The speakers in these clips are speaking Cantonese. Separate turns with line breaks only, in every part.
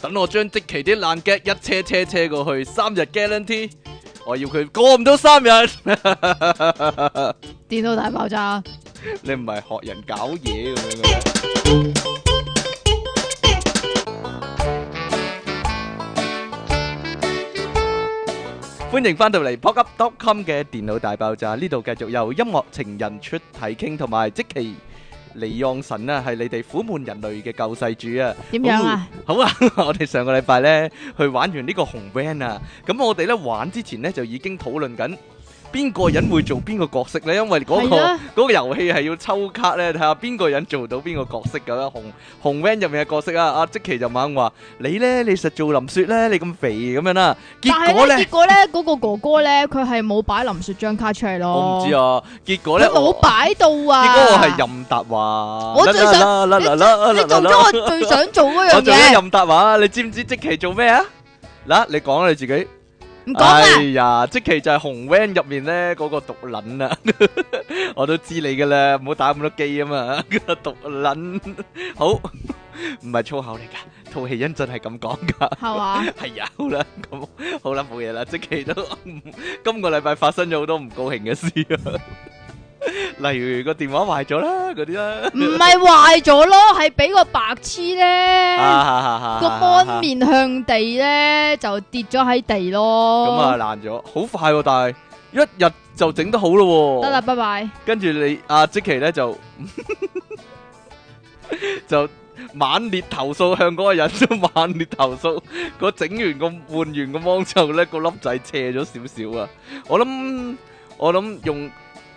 等我將即期啲爛 gag 一車車車過去，三日 guarantee，我要佢過唔到三日。
電腦大爆炸，
你唔係學人搞嘢咁樣嘅咩？歡迎翻到嚟 pocket.com 嘅電腦大爆炸，呢度繼續有音樂情人出體傾，同埋即其離岸神啊，係你哋苦悶人類嘅救世主啊！
點樣啊？
好啊！ 我哋上個禮拜咧去玩完呢個紅 van 啊，咁我哋咧玩之前咧就已經討論緊邊個人會做邊個角色咧，因為嗰、
係
個
啦，
嗰個遊戲係要抽卡咧，睇下邊個人做到邊個角色咁樣。紅紅 van 入面嘅角色啊，阿即奇就猛話：你咧，你實做林雪咧，你咁肥咁樣啦。
但
結果
係咧，
咧
結，果咧，嗰個哥哥咧，佢係冇擺林雪張卡出嚟咯。
我唔知，啊。結果咧，
佢冇
我
擺到啊。
結果我係任達華。
我最想
啦啦啦啦啦
你
啦
做
啦
咗我最想做嗰
我
樣
做咗
嘢，
任達華，你知唔知即奇做咩啊？嗱，你講啦你自己。
唔講
哎
啦。
呀，即其就係紅 van 入面咧嗰個毒撚啊！ 我都知你噶啦，唔好打咁多機啊嘛， 毒撚好唔係粗口嚟噶，套戲因真係咁講噶。
係嘛？
係啊，好啦，咁好啦，冇嘢啦，即期都 今個禮拜發生咗好多唔高興嘅事啊， 例如個電話壞咗啦，嗰啲啦，
唔係壞咗咯，係俾個白痴咧
個
個 mon 面向地咧就跌咗喺地咯。
咁啊，爛咗，好快喎，但係一日就整得好咯喎，
得啦，拜拜。
跟住你阿即奇咧就 就猛烈投訴向嗰個人，都猛烈投訴。嗰整完個換完個芒之後咧，個粒仔斜咗少少啊！我諗我諗用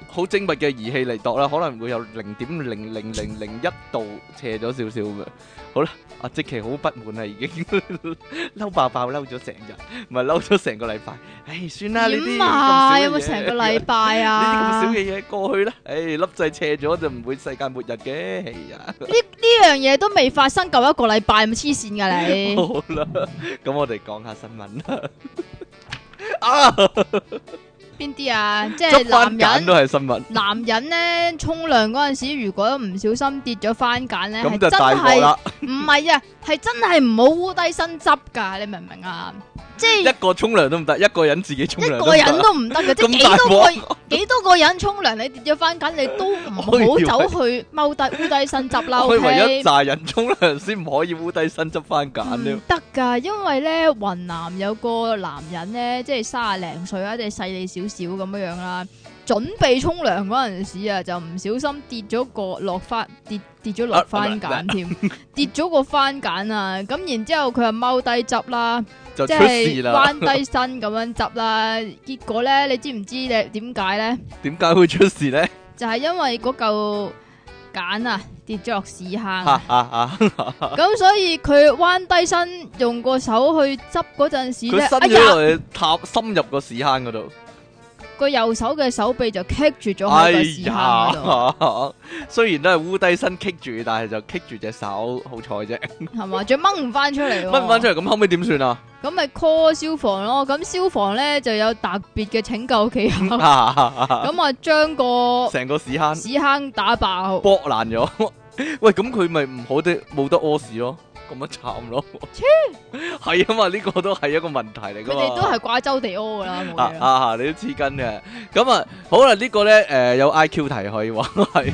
好精密嘅儀器嚟度啦，可能會有零點零零零零一度斜咗少少咁樣。好啦，阿即奇好不滿啦，已經 嬲爆爆，嬲咗成日，唔係嬲咗成個禮拜。唉，算啦，呢啲
點啊？
咁少
有
嘅
冇
嘢
成個禮拜啊？
呢啲咁少嘅嘢過去啦，唉，粒掣斜咗就唔會世界末日嘅，哎呀，！
呢樣嘢都未發生夠一個禮拜，咁黐線噶你
好啦，咁我哋講下新聞 啦。啊，
邊啲啊？即係
執番
男
簡
人
都，係新聞，
男人咧沖涼嗰陣時，如果唔小心跌咗番梘咧，係
咁就
真
大鑊
係
啦，
唔係啊？係真係唔好烏低身執噶，你明唔明啊？即係
一個沖涼都唔得，一個人自己沖
一
涼都唔
個人
得，
都唔得嘅，即係
咁
幾
大
多個
鑊。
幾多個人沖涼，你跌咗番梘，你都唔好走去踎低烏低身執啦
我以為
OK
一紮人沖涼先唔可以烏低身執番梘
唔
添，
得噶，因為咧雲南有個男人咧，即係卅零歲啊，即係細你少少咁樣樣啦。準備沖涼嗰陣時啊，就唔小心跌咗個落翻跌跌咗落番
啊
梘添，跌咗個番梘啊！咁然之後佢就踎低執啦，
就
即
出事
係
啦。
彎低身咁樣執啦。結果咧，你知唔知你點解咧？
點解會出事咧？
就係因為嗰嚿梘啊跌咗落屎坑啊
啊啊啊！
咁所以佢彎低身用個手去執嗰陣時
佢
咧，
伸
哎
咗
呀，
落去塔深入個屎坑嗰度。
個右手嘅手臂就棘住咗
哎
喺個屎坑嗰度，
呀， 雖然都係烏低身棘住，但係就棘住隻手，好彩啫。
係啊嘛？仲掹唔翻出嚟喎，
掹翻出嚟，咁後尾點算啊？
咁咪 call 消防咯。咁消防咧就有特別嘅拯救技巧，咁啊將個
嗯 成個屎坑
屎坑打爆，
剝爛咗。 喂，咁佢咪唔好得冇得屙屎咯？咁樣慘咯。 係啊嘛，呢個都係一個問題嚟
佢
噶
哋都
嘛。
係掛周地屙噶啦，冇
啊
嘢啦。
啊！你都黐筋嘅，咁啊好啦，呢個咧誒有 I Q 題可以話係，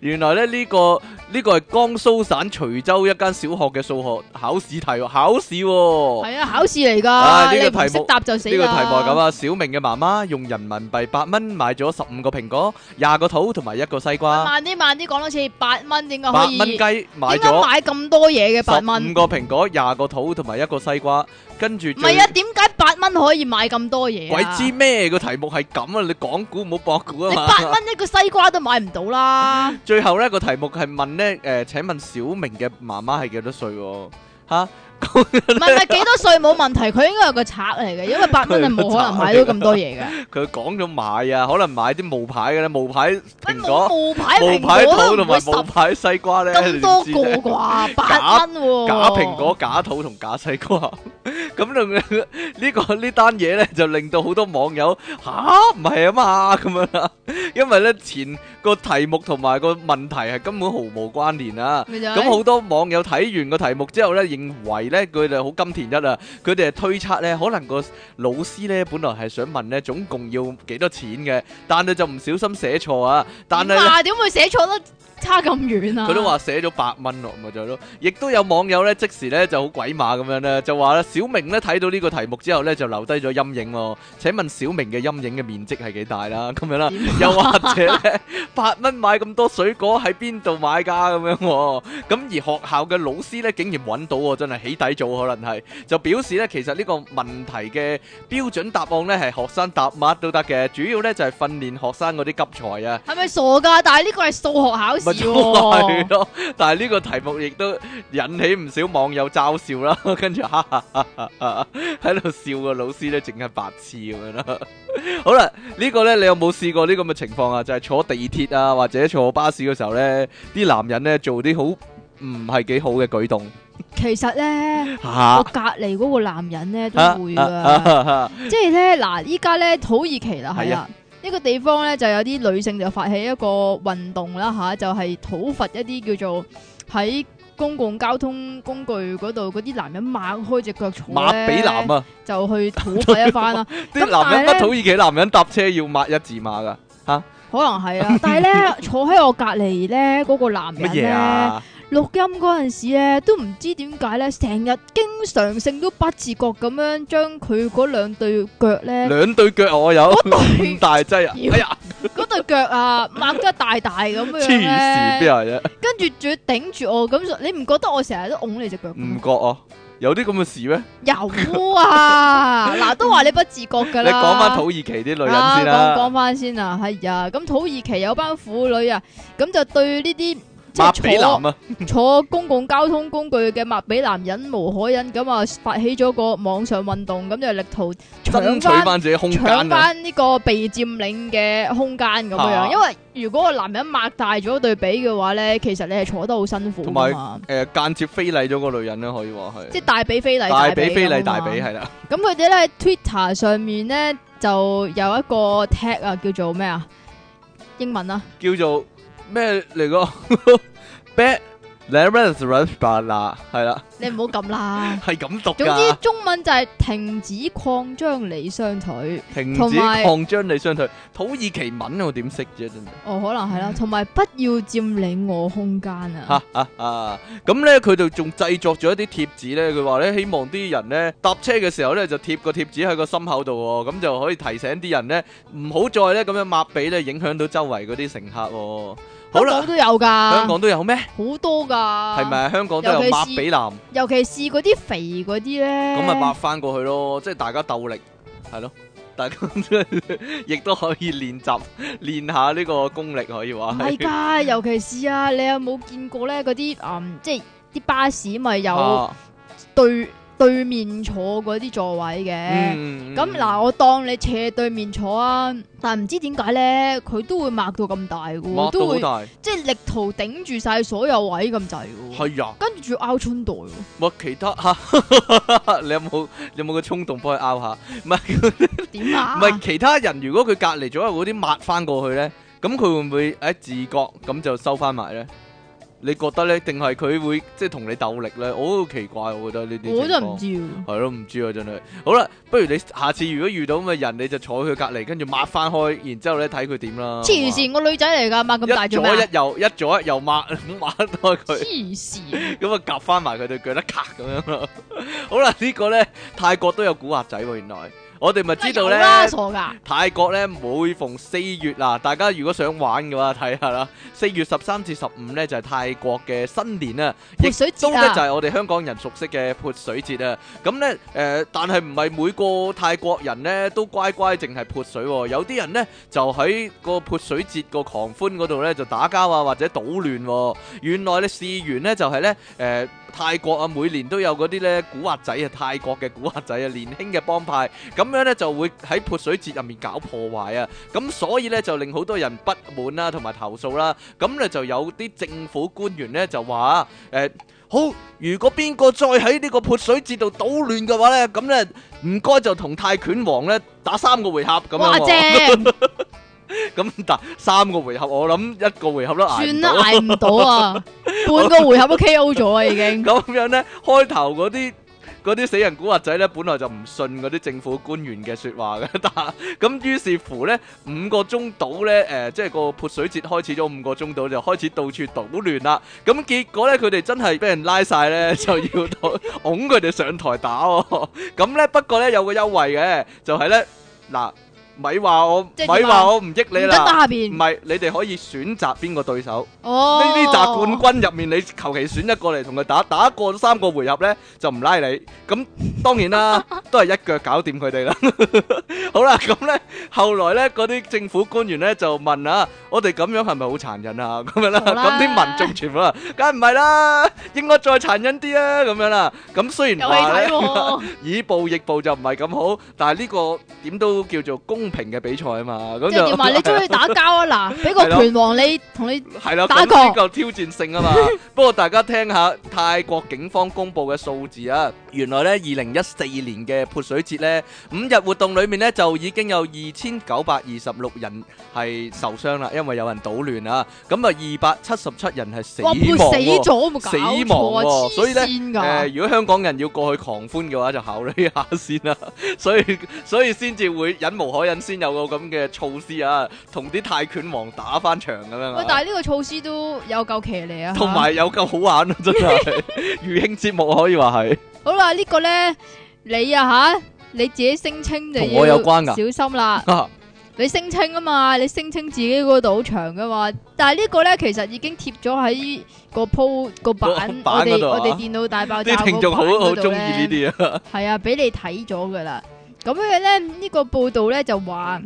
原來咧呢個呢個係江蘇省徐州一間小學嘅數學考試題喎，考試喎。
係啊，考試嚟
啊
噶，
呢
你
個
唔
題
識
目
答就死
呢個題目係咁
啊！
啊，小明嘅媽媽用人民幣八蚊買咗十五個蘋果、廿個桃同埋一個西瓜，
慢啲慢啲講多次，八蚊點解
八
可
蚊
以？點
雞買
解
咗
買咁多嘢嘅八蚊
十五？個蘋果、廿個桃同埋一個西瓜，跟住
唔
最
係啊，點解八蚊可以買咁多嘢
鬼
啊
知咩個題目係咁啊！你講估唔好博估啊
你
嘛。
八蚊一個西瓜都買唔到 啦，
最後呢個題目係問呢，誒、請問小明嘅媽媽係幾多歲喎？嚇，
唔係唔係幾多歲冇問題，佢應該有個賊嚟嘅， 因為八蚊係冇可能買到咁多嘢嘅。
佢講咗買啊，可能買啲冒牌嘅咧，冒牌
喂，
蘋果、
冇冒牌
冒牌
蘋果
桃
都
同
唔會
埋
十
冒牌西瓜咧，你
咁
知
多
呢
個啩，八蚊喎。
假蘋果、假桃同假西瓜。 咁令 呢、個呢單嘢咧就令到好多網友吓唔係啊嘛咁樣啦，因為咧前個題目同埋個問題係根本毫無關聯啊。
咪就係
咁好多網友睇完個題目之後咧，認為咧佢哋好金田一啊！佢哋係推測咧，可能個老師咧本來係想問咧總共要幾多錢嘅，但係就唔小心寫錯啊！但係
點
咧
啊點會寫錯得差咁 遠啊？
佢都話寫咗八蚊咯，咪就係咯。亦都有網友咧即時咧就好鬼馬咁樣咧，就話咧小明咧睇到呢個題目之後咧就留低咗陰影喎。請問小明嘅陰影嘅面積係幾大啦？ 咁樣啦。
點啊
又或者咧， 八蚊買咁多水果喺邊度買㗎咁樣喎、咁而學校嘅老師咧，竟然揾到喎，真係起底組可能係就表示咧，其實呢個問題嘅標準答案咧係學生答乜都得嘅，主要咧就係訓練學生嗰啲急才啊。
係咪傻㗎？但係呢個係數學考
咪
試
就係
喎，
咯，但係呢個題目亦都引起唔少網友嘲笑啦， 跟住哈哈哈哈哈喺度笑個老師咧，淨係白痴咁樣啦。 好啦，呢個呢，你有冇試過呢咁嘅情況啊？就係坐地鐵啊，或者坐巴士嘅時候呢，啲男人呢做啲好唔係幾好嘅舉動
其實咧，
嚇
我隔離嗰個男人咧都
啊
會
啊
㗎。
啊
即系咧，嗱，依家咧土耳其啦，係
係啊
啦，呢個地方咧就有啲女性就發起一個運動啦吓，就係討伐一啲叫做喺公共交通工具嗰度嗰啲男人擘開只腳坐
抹比男
啊，
啊，
就去討伐一番啦，
啲
咁
男人
但係呢
乜土耳其男人搭車要抹一字馬噶
可能係啦，但係 咧坐喺我隔離咧嗰個男
乜
人
嘢
咧
啊？
錄音嗰陣時咧都唔知點解咧，成日經常性都不自覺咁樣將佢嗰兩對腳咧。
兩對腳啊我 有咁大劑啊！
妖
哎呀，
嗰對腳啊， 擘得大大咁樣
黐線邊
咧，
有人啫？啊
跟住仲要頂住我，咁你唔覺得我成日都拱你只腳
唔
嗎？
覺哦，有啲咁嘅事咩？
有啊，嗱都話你不自覺噶
你
啦。
講翻土耳其啲女人先
啊講
啦，
講翻先啊，係啊，咁土耳其有班婦女啊，咁就對呢啲即
馬
係
比
坐
男啊，
坐公共交通工具嘅麥比男忍無可忍，咁啊發起咗個網上運動，咁就力圖
爭
搶
取
翻。
翻自己空
搶
間啊！
翻呢個被佔領嘅空間咁樣，
啊
因為如果個男人擘大咗對比嘅話咧，其實你係坐得好辛苦㗎嘛，
誒間接非禮咗個女人啦，啊可以話
即
係
係大比非禮，
大
比
髀非禮
咁
大
啊
髀。係啦，
咁佢哋咧喺 Twitter 上面咧就有一個 tag 啊，叫做咩啊？英文啊，
叫做咩嚟個 bad l e v e l b 啦，係啦，。
你唔好咁啦
係咁讀
總之
㗎，
中文就係停止擴張你雙腿，
停
同
止
埋
擴張你雙腿。土耳其文我點識啫，真係。
哦可能
嗯
係啦，同埋不要佔領我空間啊
哈。哈哈！咁咧，佢哋仲製作咗一啲貼紙咧，佢話咧希望啲人咧搭車嘅時候咧就貼個貼紙喺個心口度喎，咁就可以提醒啲人咧唔好再咧咁樣抹鼻咧，影響到周圍嗰啲乘客喎。好
香
啦
港，都有㗎，
香港都有咩？
好多㗎。
係
係
咪啊香港都
尤
有
其
抹
是
鼻男？
尤其是嗰啲肥嗰啲咧，
咁咪啊抹翻過去咯，即係大家鬥力，係咯，大家 亦都可以練習練下呢個功力，可以話
唔
係
係㗎，尤其是啊，你有冇見過咧嗰啲嗯，即係啲巴士咪有
啊
對、對面坐嗰啲座位嘅。
嗯
咁嗱、我當你斜對面坐啊，但唔知點解咧，佢都會擘到咁大嘅
抹到
喎，都
好
會
大，
即係力圖頂住晒所有位咁滯嘅喎，
係啊。
跟住仲要拗春袋喎，
冇其他 吓，你有冇你有冇個衝動幫佢拗下？唔係
點
唔
啊？
係，其他人如果佢隔離咗有嗰啲抹翻過去咧，咁佢會唔會喺自覺咁就收翻埋咧？你覺得咧，定係佢會即係同你鬥力咧？我好奇怪，我覺得呢啲
我真
情況
係唔知喎，
係咯，唔知啊，真係。好啦，不如你下次如果遇到咁嘅人，你就坐佢隔離，跟住抹翻開，然之後咧睇佢點啦。
黐線，我女仔嚟㗎，擘咁
好嘛！
大
一
做
左
咩
一
啊？
右，一左一右抹 抹開佢。
黐線，
咁啊夾翻埋佢對腳咧，咔咁樣咯。 好啦，呢個咧泰國都有古惑仔喎，原來我哋咪 知道
梗係有啦
咧
傻。㗎。
泰國咧每逢四月啊，大家如果想玩嘅話，睇下啦。四月十三至十五咧就係、泰國嘅新年啊，亦
潑水節
都
啊
咧就係、我哋香港人熟悉嘅潑水節啊。咁咧誒，但係唔係每個泰國人咧都乖乖淨係潑水喎、有啲人咧就喺個潑水節個狂歡嗰度咧就打交啊，或者搗亂喎、原來咧事源咧就係咧誒泰國啊，每年都有嗰啲咧古惑仔啊，泰國嘅古惑仔啊，年輕嘅幫派。咁樣咧就會喺潑水節入面搞破壞啊，咁所以咧就令好多人不滿啦，同埋投訴啦，咁咧就有啲政府官員咧就話誒。好，如果邊個再喺呢個潑水節度搗亂嘅話咧，咁咧唔該就同泰拳王咧打三個回合咁樣
哇
喎
正，
咁但三個回合，我諗一個回合都捱唔
算
到。，
啦
啊
捱唔 到啊，半個回合都 K.O. 咗啊，已經。
咁樣呢，開頭嗰啲嗰啲死人古惑仔呢，本來就唔信嗰啲政府官員嘅説話嘅， 但咁於是乎呢，五個鐘到呢，誒、即係個潑水節開始咗五個鐘到，就開始到處搗亂啦。咁結果呢，佢哋真係俾人拉晒呢， 就要到拱佢哋上台打喎、 咁呢，不過呢，有個優惠嘅，就係、呢，嗱，咪話我
即係
咪
點啊
話我唔益你
唔得
啦，
下
唔
邊，
係你哋可以選擇邊個對手。
哦，
呢呢扎冠軍入面，你求其選一個嚟同佢打，打過三個回合呢，就唔拉你。咁當然啦，都係一腳搞掂佢哋 啦。好啦， 咁呢，後來呢，嗰啲政府官員呢就問啊，我哋咁樣係咪好殘忍啊？咁樣啦，
好啦
咁啲民眾全部啊，梗係唔係啦，應該再殘忍啲啊，咁樣啦。咁雖然
有戲
話
睇
呢，
喎，
以暴易暴就唔係咁好，但係呢個點都叫做公平嘅比賽啊嘛。咁
即係
就
點啊？你中意打交啊？ 嗱，俾
係咯
個拳王你同你
系啦，
打
咁
過
先夠挑戰性 啊嘛。不過大家聽下泰國警方公布嘅數字啊，原來呢，二零一四年嘅潑水節呢，五日活動裏面呢，就已經有二千九百二十六人係受傷啦，因為有人搗亂啊。咁啊，二百七十七人係死
哇
亡
判死
喎。
咗，冇搞
死亡
錯啊！
喎所以呢
黐
誒、
線㗎，
如果香港人要過去狂歡嘅話，就考慮下先啦。 所以所以先至會忍無可忍，先有個咁嘅措施啊，同啲泰拳王打翻場咁樣啊
喂，但係呢個措施都有夠騎呢啊！
同埋有夠好玩啊！真係餘興節目可以話 係
好啦，呢個咧你啊吓，你自己聲稱就
同
要
我有關㗎
小心啦。
啊
你聲稱啊嘛，你聲稱自己嗰個賭場噶嘛，但係呢個咧其實已經貼咗喺個鋪個版，
個版
我哋
嗰度啊
我哋電腦大爆 炸
啲聽眾好好中意呢
啲，
啲啊！
係啊，俾你睇咗噶啦。咁樣樣咧，呢、個報道咧就話，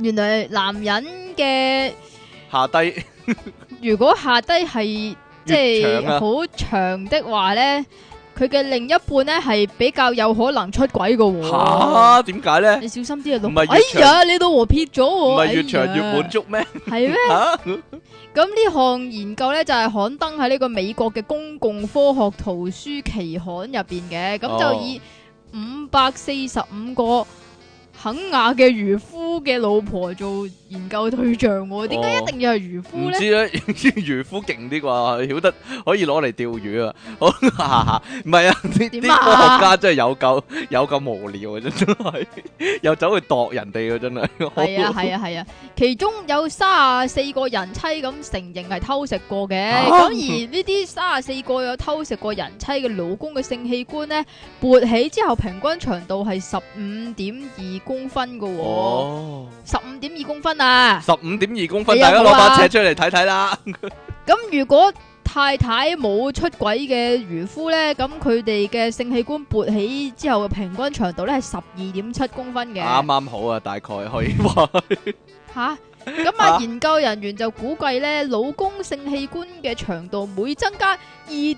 原來男人嘅
下低
如果下低係即
越長
係
啊，
好長的話咧，佢嘅另一半咧係比較有可能出軌噶喎。
嚇點解咧？
你小心啲啊，老
唔係
婆！
越
哎
長
呀，你老婆撇咗
唔
我，
係越長越滿
足
足 咩？
係咩？
嚇
咁呢項研究咧就係刊登喺呢個美國嘅公共科學圖書期刊入邊嘅，咁
哦
就以五百四十五個肯亞嘅漁夫嘅老婆做研究對象喎，點解
哦
一定要係漁夫
唔
咧？
知咧，漁夫勁啲啩， 曉得可以攞嚟釣魚啊！好 哈哈唔係啊，啲啲
點啊
科學家真係有夠有夠無聊啊！真係 又走去度人哋啊！真係
係啊係啊係啊，其中有三十四個人妻咁承認係偷食過嘅，
啊
咁、而呢啲三十四個有偷食過人妻嘅老公嘅性器官呢，勃起之後平均長度係十五點二公分噶、喎，
哦，
十五點二公分啊！
十五點二公分，
你有
大家
冇
攞
啊
把尺出嚟睇睇啦！
咁如果太太冇出軌嘅漁夫呢，咁佢哋嘅性器官勃起之後嘅平均長度呢係十二點七公分嘅。
啱啱好啊，大概可以 話。
吓，咁
嚇
啊，研究人員就估計咧，老公性器官嘅長度每增加二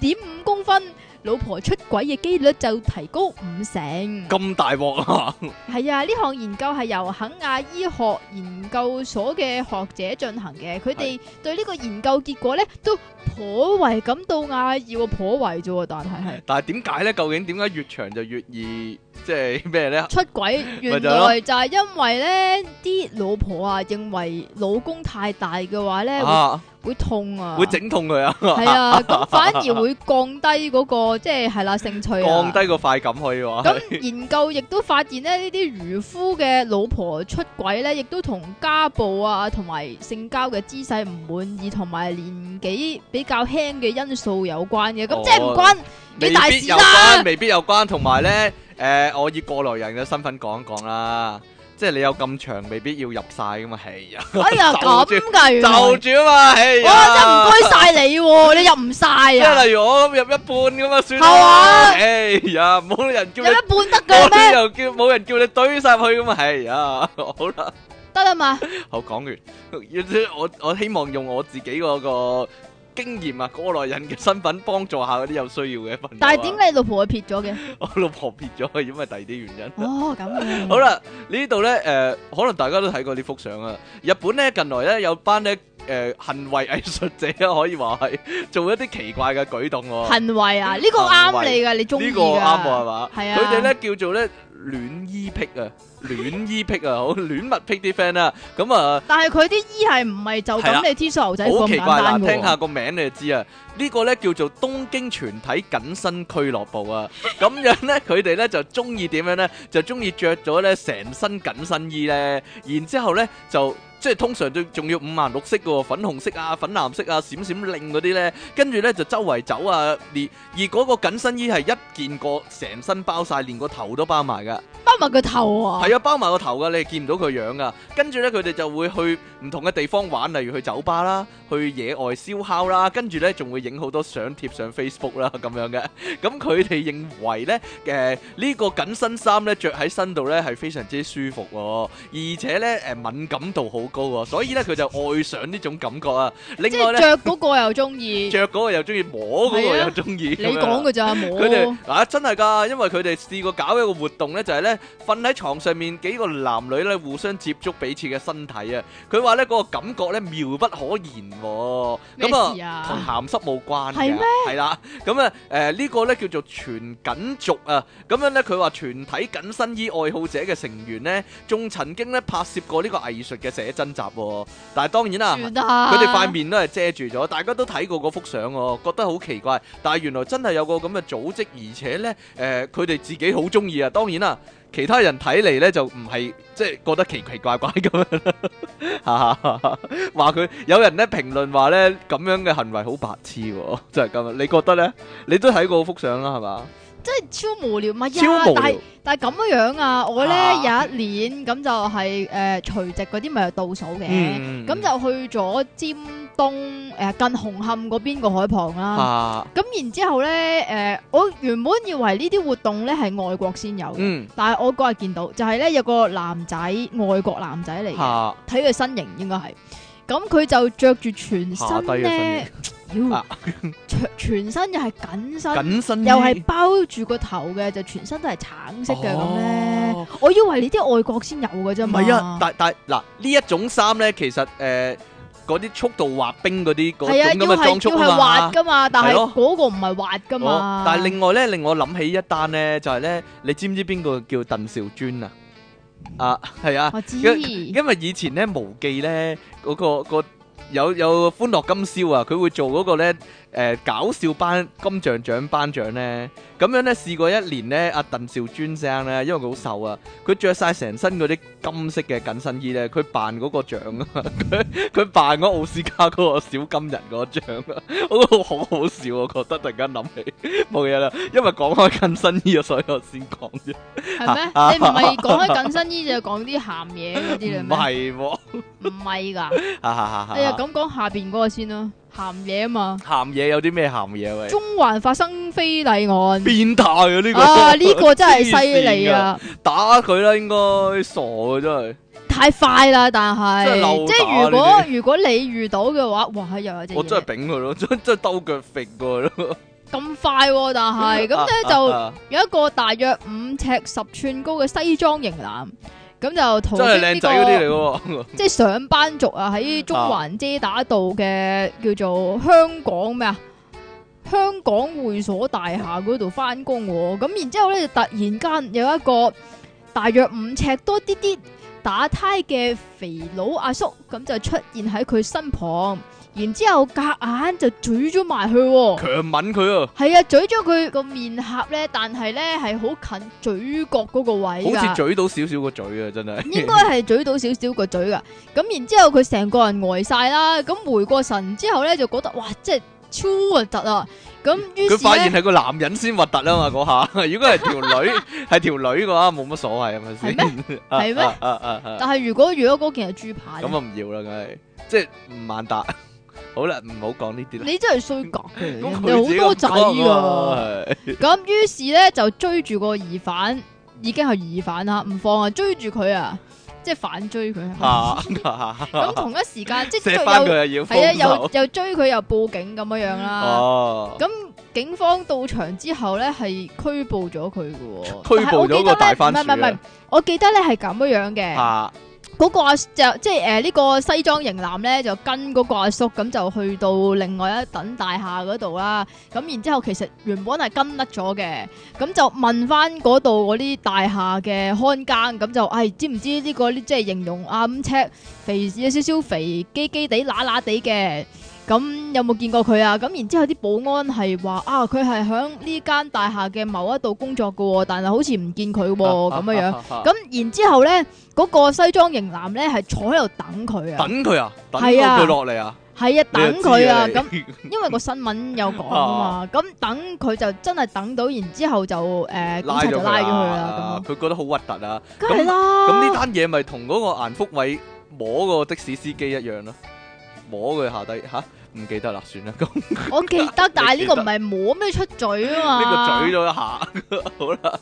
點五公分，老婆出軌嘅機率就提高五成。
咁大鑊啊！
係啊，呢項研究係由肯亞醫學研究所嘅學者進行嘅，佢哋對呢個研究結果咧都頗為感到訝異喎，頗為啫喎，但係係
但係點解咧？究竟點解越長就越易即係咩咧？
出 軌，原來就係因為咧啲老婆啊認為老公太大嘅話咧會
啊，
會痛啊，
會整痛佢啊，
系啊，咁反而會降低嗰、個即係係啦性趣
降
啊。
低個快感可以 話。
咁研究亦都發現咧，呢啲漁夫嘅老婆出軌咧，亦都同家暴啊，同埋性交嘅姿勢唔滿意，同埋年紀比較輕嘅因素有關嘅。咁、
哦
即係唔 關
未
幾大
必
事
有
啦
關，。未必有關。同埋咧，誒，我以過來人嘅身份講一講啦。即係你有咁長，未必要入晒噶嘛。係啊，
哎呀，咁㗎原來，
就
哇！
住啊嘛。係
真係唔
啊，
該晒你喎，你入唔晒
即係
啊？
例如我咁入一半咁嘛，算
係
啦。
啊
哎呀，冇人叫
入
你
一，半得㗎
冇
咩？
又叫冇人叫你堆晒去噶嘛。係啊，好啦。
得啦嘛，
好講完，要我我希望用我自己嗰個經驗啊，過來人嘅身份幫助下嗰啲有需要嘅朋友啊。
但係點解你老婆會撇咗嘅？
我老婆撇咗，係因為第二啲原因。
哦，咁嘅。
好，啦，呢度呢，誒、可能大家都睇過呢幅相啊。日本呢，近來呢，有班呢誒、行為藝術者啊，可以話係做一啲奇怪嘅舉動喎。
行為啊，呢個啱你㗎，你中意
呢
㗎。
個啱喎，係嘛？
係啊。
佢哋咧叫做咧戀衣癖啊，戀衣癖啊，好戀物癖啲 friend 啦。咁啊，
但係佢啲衣係唔係就
係啦啊
咁你 T 恤牛仔褲
好
咁
奇
簡
怪嗱，
單㗎喎？
聽下 個名你就知啊。呢個咧叫做東京全體緊身俱樂部啊。咁樣咧，佢哋咧就中意點樣咧？就中意着咗咧成身緊身衣咧，然之後咧就。即係通常都仲要五顏六色嘅喎，粉紅色啊、粉藍色啊、閃閃令嗰啲咧，跟住咧就周圍走啊，而而嗰個緊身衣係一件過成身包晒，連個頭都包埋㗎。
包埋個頭啊！
係啊，包埋個頭噶，你係見唔到佢樣噶。跟住咧，佢哋就會去唔同嘅地方玩，例如去酒吧啦，去野外燒烤啦，跟住咧仲會影好多相貼上 Facebook 啦 咁樣嘅。咁佢哋認為咧，誒、呢、個緊身衫咧着喺身度咧係非常之舒服喎，而且咧誒、敏感度好高喎，所以咧佢就愛上呢種感覺啊。
即
另外
係
咧，
着嗰個又中意，
着嗰個又中意，摸嗰個
係啊
又中意。
你講嘅咋
佢哋
冇？
啊真係㗎，因為佢哋試過搞一個活動咧，就係咧瞓喺床上面幾個男女咧互相接觸彼此嘅身體啊。佢話咧嗰個感覺咧妙不可言喎、
咩
咁
事
啊，同
啊？
鹹濕冇關
係
嘅
咩，嗯
係啦。咁啊，誒、呢個咧叫做全緊族啊。咁樣咧，佢話全體緊身衣愛好者嘅成員咧，仲曾經咧拍攝過呢個藝術嘅寫真集喎、但係當然啦。
算啦
佢哋塊面都係遮住咗，大家都睇過嗰幅相喎，覺得好奇怪。但係原來真係有個咁嘅組織，而且呢，誒佢哋自己好中意啊。當然啦，其他人睇嚟呢，就唔係即係覺得奇奇怪怪咁樣 啦。話佢有人呢評論話呢，咁樣嘅行為好白痴喎，就係咁啊。你覺得呢？你都睇過幅相啦，係嘛？
真係超無聊，唔係啊！
超無
但係
聊，
但係咁樣樣啊，我咧
啊
有一年咁就係誒除夕嗰啲咪有倒數嘅，
嗯，
咁就去咗尖東誒近紅磡嗰邊個海旁啦。
啊，
咁然之後咧誒，我原本以為呢啲活動咧係外國先有嘅，
嗯，
但係我嗰日見到就係咧有個男仔外國男仔嚟嘅。
下
睇佢身形應該係，咁佢就着住全
下低
身
嘅
咧，
身
妖
啊
全全身又係緊
形，
身，
緊身
又
衣哦
係包住個頭嘅，就全身都係橙色嘅咁咧。
哦
我以為呢啲外國先有嘅啫
唔
嘛，
係啊，但但嗱呢一種衫咧，其實誒嗰啲速度滑冰嗰啲
係
嗰
啊，要
種咁嘅裝
係
束
要係滑
啊嘛。
噶嘛，但係
係咯
嗰個唔係滑噶
哦
嘛。
但係另外咧，令我諗起一單咧，就係咧，你知唔知邊個叫鄧兆尊啊？啊，係啊，
我知
因為以前咧無記咧嗰個個有有歡樂今宵啊，佢會做嗰個咧誒搞笑班金像獎頒獎咧，咁樣咧試過一年咧，阿鄧兆尊生咧，因為佢好瘦啊，佢着晒成身嗰啲金色嘅緊身衣咧，佢扮嗰個獎啊，佢佢扮嗰奧斯卡嗰個小金人嗰個獎啊，我覺得好好笑啊，我覺得突然間諗起冇嘢啦，因為講開緊身衣啊，所以我先講啫。
係咩？
啊
你唔係講開緊身衣就講啲鹹嘢嗰啲
唔
啦咩？哎
係喎，
唔係㗎，
哈哈哈哈
你又咁講下邊嗰個先啦，鹹嘢啊嘛。
鹹嘢有啲咩鹹嘢啊喂？
中環發生非禮案。
變態啊呢個！
啊！呢、個真係犀利啊，
打佢啦，應該傻嘅真係。
太快啦，但
真係
係
漏
即
打
係如
呢
果如果你遇到嘅話，哇又有隻
我真
嘢
係頂佢咯，真真係兜腳揈過佢咯。
咁快喎、但 係咁咧就
啊
有一個大約五尺十寸高嘅西裝型男，咁就途
真
經
係
呢
靚仔嗰啲嚟
個
嘅喎。
即係上班族啊，
嗯
喺中環遮打道嘅叫做香港咩啊？香港會所大廈嗰度翻工喎，咁然之後咧就突然間有一個大約五尺多啲啲打呔嘅肥佬阿叔，咁就出現喺佢身旁，然之後夾硬就咀咗埋去喎。
強吻佢啊，
係啊，咀咗佢個面頰咧，但係咧係好近嘴角嗰個位㗎。
好似咀到少少個嘴啊，真係。
應該係咀到少少個嘴噶，咁然之後佢成個人呆晒啦，咁回過神之後咧就覺得哇，真係超核突啊！咁於
佢
是
發現
咧
係個男人先核突啊嘛，嗰下。 如果係條 女，係條女嘅話，冇乜所謂係咪先？
係
咩？
係咩
啊啊啊啊
但係如果如果嗰件係豬扒呢，
咁啊唔要啦，梗係即係吳孟達。好啦，唔好講呢啲啦。
你真係衰格
咁
嘅，人
佢
哋
自己
好多仔
咁講啊
噶。
係
咁於是咧就追住個疑犯，已經係疑犯啦，唔放啊，追住佢啊，即係反追佢。
吓
咁同一時間 即係
啊錫翻
又
啊佢啊要
係啊，
封手
又又追佢又報警咁樣樣啦。
哦，
咁警方到場之後咧，係拘捕咗佢嘅喎。
拘捕咗個大番薯啊
但係我記得咧唔係唔係唔係，我記得咧係啊咁樣樣嘅。
吓
嗰個阿就即係呃誒呢個西裝型男咧，就跟嗰個阿叔咁就去到另外一等大廈嗰度啦。咁然之後其實原本係跟得咗嘅，咁就問翻嗰度嗰啲大廈嘅看更，咁就誒、唉知唔知呢、個呢即係形容啊五尺肥有少少肥基基地乸乸地嘅。咁有冇見過佢啊？咁然之後啲保安係話啊，佢係響呢間大廈嘅某一度工作嘅喎，但係好似唔見佢喎哦咁樣樣。
咁
咁然之後咧，嗰、個西裝型男咧係坐喺度等佢啊，
等佢啊，等到
係啊
佢落嚟啊，
係啊
你就
等佢啊，
知啊
咁
你
因為個新聞有講 啊嘛，咁等佢就真係等到，然之後就誒、呃、警
拉
察
咗
就拉咗佢啦
啊，，佢覺得好核突啊，
咁梗係啦，
咁呢單嘢咪同嗰個顏福偉摸個的士司機一樣咯，摸佢下低吓，唔記得啦，算啦，咁
我記得，但係呢個
記得
唔係摸咩出嘴啊嘛，
呢個嘴咗一下， 好啦，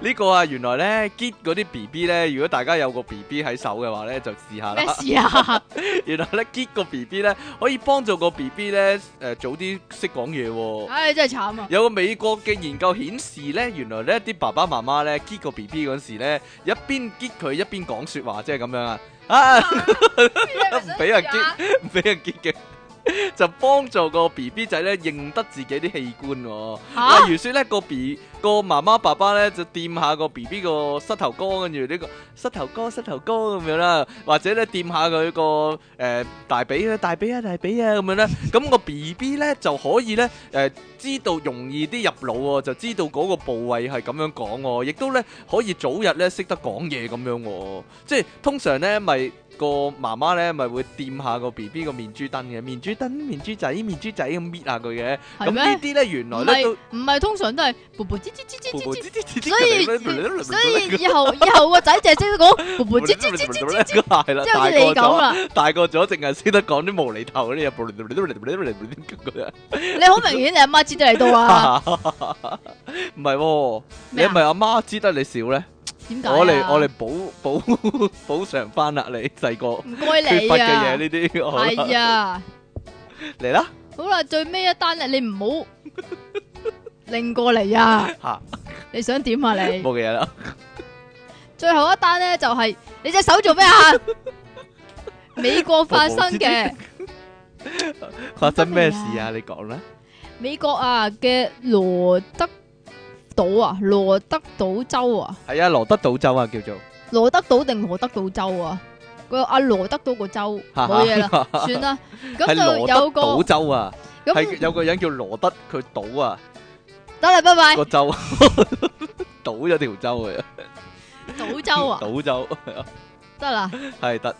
呢個啊原來咧結嗰啲 B B 咧，如果大家有個 B B 喺手嘅話咧，就試下啦
咩。事 啊？
原來咧結個 B B 咧，可以幫助個 B B 咧誒早啲識講嘢喎。
唉、真係慘啊！
有個美國嘅研究顯示咧，原來咧啲爸爸媽媽咧結個 B B 嗰陣時咧，一邊結佢一邊講説話，即係咁樣啊， 啊唔 俾人激唔俾人結嘅，就幫助個 B B 仔咧認得自己啲器官喎。
嚇
例如說咧個 B 個媽媽爸爸咧就掂下個 B B 個膝頭哥，跟住呢個膝頭哥膝頭哥咁樣啦，或者咧掂下佢個誒大髀啊大髀啊大髀啊咁樣咧，咁個 B B 咧就可以咧誒、知道容易啲入腦喎、就知道嗰個部位係咁樣講喎、亦都咧可以早日咧識得講嘢咁樣喎、即係通常咧咪。個媽媽咧咪會掂下個 B B 個面珠燈嘅，面珠燈、面珠仔、面珠仔咁搣下佢嘅。咁
係
呢啲
咩？
咧原
唔
來咧都
係唔係，通常都係噗噗吱吱吱吱吱吱，所以所以
所以
以後以後個仔就係識得講噗噗吱吱吱吱吱，
係啦，
即係好
大
似你
個
咁
咗，
啦。
大個咗，淨係識得講啲無厘頭嗰啲嘢，
你好明顯你阿媽知得你到啊？
唔係喎，你係
咩啊
咪阿媽知得你少咧？
點解啊？
我嚟我嚟補補補償翻啦，你細個
唔該
缺
你
乏嘅嘢
啊，
呢啲，好啦
係啊，
嚟啦
好啦，最尾一單啦，你唔好擰過嚟啊！
嚇
你想點啊你？
冇嘢啦，
最後一單咧就係、你隻手做咩啊？美國發生嘅
發生咩事啊？你講啦，
美國啊嘅羅德島啊，羅德島州啊，
係啊，羅德島州啊，叫做
羅德島定羅德島州啊？個阿羅德島個州
哈哈
冇嘢啦，算啦。咁
係羅
就
德
有個
島州啊，係
咁
有個人叫羅德，佢島啊。
得啦，拜拜。
个 州倒咗條州嘅，
島州啊，
倒州
得啦。
係得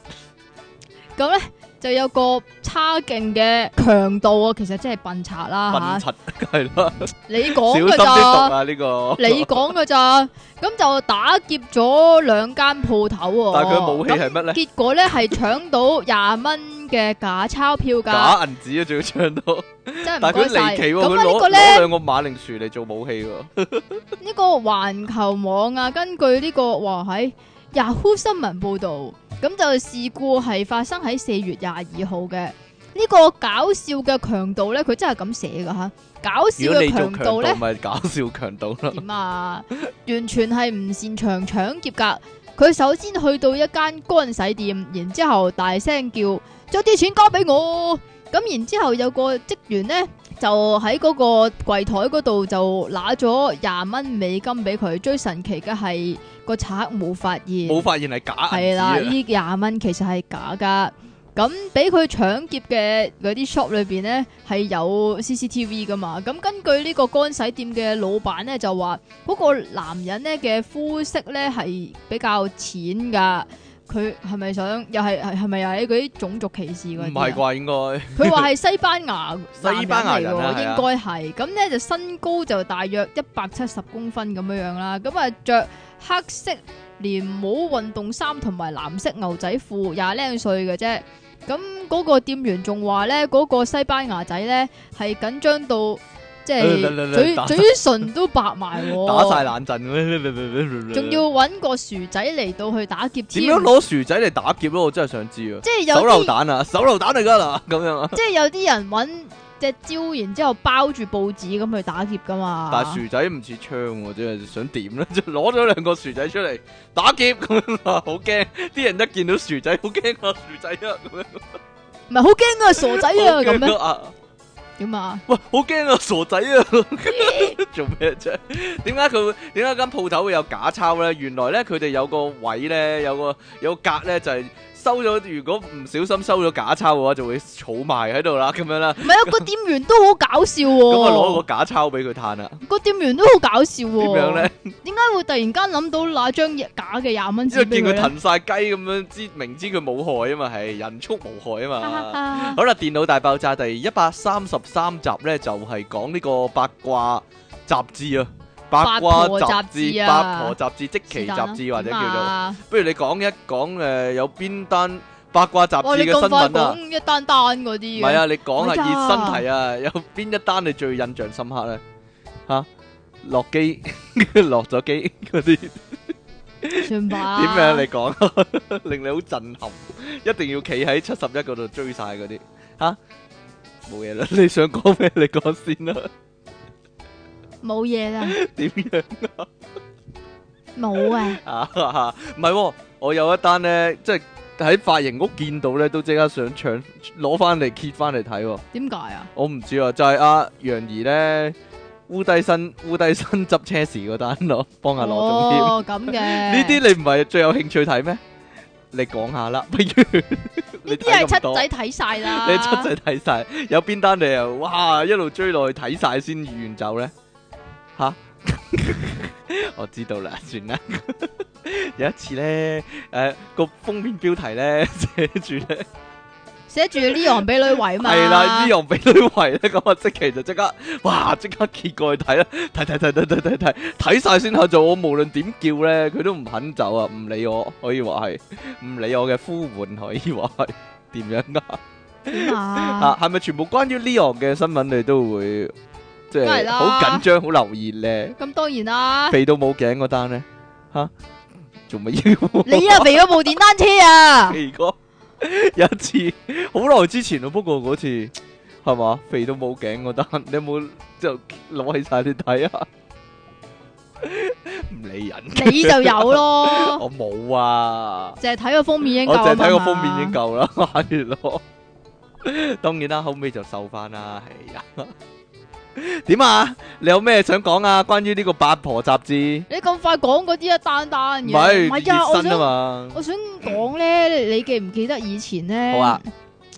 咁咧就有個差勁嘅強盜啊，其實即係笨賊啦吓、
笨柒係咯，
你
小
啊講
心啲
噶
讀
咋？
啊呢個。
你講噶咋？咁就打劫咗兩間鋪頭喎。
但係佢武器係乜
咁
咧？
結果咧係搶到廿蚊嘅假鈔票㗎，
假銀紙啊，仲要唱到，
真係
但
唔
係佢
該晒。
離奇喎，
咁
佢
啊呢個
攞攞
咧，
兩個馬鈴薯嚟做武器喎，
呢個環球網啊，根據呢個哇喺 Yahoo 新聞報導，咁就事故係發生喺四月廿二號嘅。呢個搞笑嘅強盜咧，佢真係咁寫㗎吓，搞笑
如果你
嘅
做
強
強
盜咧
盜，。咪搞笑強盜 咯，
點啊？完全係唔擅長搶劫噶。佢首先去到一間乾洗店，然之後大聲叫：將啲錢交俾我。咁然之後有個職員呢，就喺嗰個櫃台嗰度就拿咗廿蚊美金俾佢。最神奇嘅係個賊冇發現。
冇發現係假
係
銀
啦，
紙啊，
呢廿蚊其實係假噶。咁俾佢搶劫嘅嗰啲 shop 裏邊呢，係有 CCTV 噶嘛。咁根據呢個乾洗店嘅老闆呢，就話，嗰個男人呢嘅膚色呢係比較淺噶。佢係咪想又係係係咪又係嗰啲種族歧視嗰
唔
啲啊
係？啩應該
佢話係西班牙
西班牙人啊
男人嚟喎，應該係咁咧就身高就大約一百七十公分咁樣樣啦，咁啊着黑色連帽運動衫同埋藍色牛仔褲，廿零歲嘅啫。咁嗰個店員仲話咧，嗰、個西班牙仔咧係緊張到 即係嘴
打
嘴唇都白埋 喎，
打晒冷震咁樣，
哦仲要揾個薯仔嚟到去打劫
點
添，
樣攞薯仔嚟打劫咯？我真係想知啊！
即係有
手榴
啲
彈啊，手榴彈嚟㗎啦，咁樣啊！
即係有啲人揾隻蕉，然之後包住報紙咁去打劫噶嘛。
但係薯仔唔似槍喎，真係想點 咧？就攞咗兩個薯仔出嚟打劫咁樣啊，好驚！啲人一見到薯仔好驚啊，薯仔啊咁樣，
唔係好驚啊，傻仔啊
好驚
咁樣
啊！
點啊？
喂，好驚啊，傻仔啊！ 做咩啫？點解佢會點解間鋪頭會有假鈔咧？原來咧佢哋有個位咧，有個有個格咧，就係、收咗。如果唔小心收咗假鈔嘅話，就會儲埋喺度啦，咁樣啦。
唔係啊，個店員都好搞笑
咁啊攞
喎，
個假鈔俾佢嘆啦。
個店員都好搞笑
點
喎。
樣咧？
點解會突然間諗到那張假嘅廿蚊
因為
紙俾
見
佢
佢
咧？
騰晒雞咁樣，知明知佢冇害啊嘛，係人畜無害 啊
哈哈
嘛。
哈
好啦，《電腦大爆炸》第一百三十三集咧，就係講呢個八卦雜誌啊，八卦
八婆
雜
雜誌
誌、
啊
八婆雜誌、即期
是但
雜
啦
誌或者叫
點
做。
啊
不如你講一講誒、呃有邊單八卦雜
哇！
誌
你
嘅
咁
新
快
聞啊？
講一單單嗰啲
唔
嘅，
係啊，你講下
唔係㗎
熱身題啊，有邊一單你最印象深刻咧？嚇、落機 落咗機嗰啲點
算吧。
樣？啊你講 令你好震撼，一定要企喺七十一嗰度追晒嗰啲嚇，冇嘢啦。 你想講咩？你講先啦。
冇嘢啦，
點樣
冇啊！
啊？唔係喎，我有一單咧，即係喺髮型屋見到咧，都即刻想搶攞翻嚟揭翻嚟睇喎。
點解啊？
我唔知啊，就係阿楊怡咧烏低身烏低身執車匙嗰單咯，幫阿啊羅仲謙。
哦，咁嘅
呢啲你唔係最有興趣睇咩？你講下啦，不如 你
呢啲係
睇咁
七
多，
仔睇晒啦。
你七仔睇晒，有邊單你又哇一路追落去睇晒先完走咧？吓， 我知道啦，算啦。 有一次咧，誒、個封面標題咧 寫住咧。
寫住 Leon 俾女圍嘛。
係啦，呢樣俾女圍咧，咁啊即期就即刻，哇！即刻揭過去睇啦，睇睇睇睇睇睇睇，睇晒先下做。我無論點叫咧，佢都唔肯走啊，唔理我，可以話係唔理我嘅呼喚，可以話係點樣啊？
點啊
啊，係咪全部關於呢樣嘅新聞你都會即
梗係
係
啦啊
好緊張、好留意咧？
咁當然啦，
肥到冇頸嗰單咧，吓做乜嘢？
你啊肥咗部電單車啊！
肥哥有一次好耐之前咯，不過嗰次係嘛肥到冇頸嗰單，你有冇就攞起晒你睇啊？唔理人，
你就有 咯，
我冇啊，
淨係睇個封面已經
我
夠啊
淨係睇
個
個封面已經夠啦， 係咯。當然啦，後尾就瘦翻啦，係啊。 點啊？你有咩想講啊？關於呢個八婆雜誌，
你咁快講嗰啲一單單
唔
嘅，
係
唔係啊！我
熱身啊
想
嘛，
我想講咧，你記唔記得以前咧？
好啊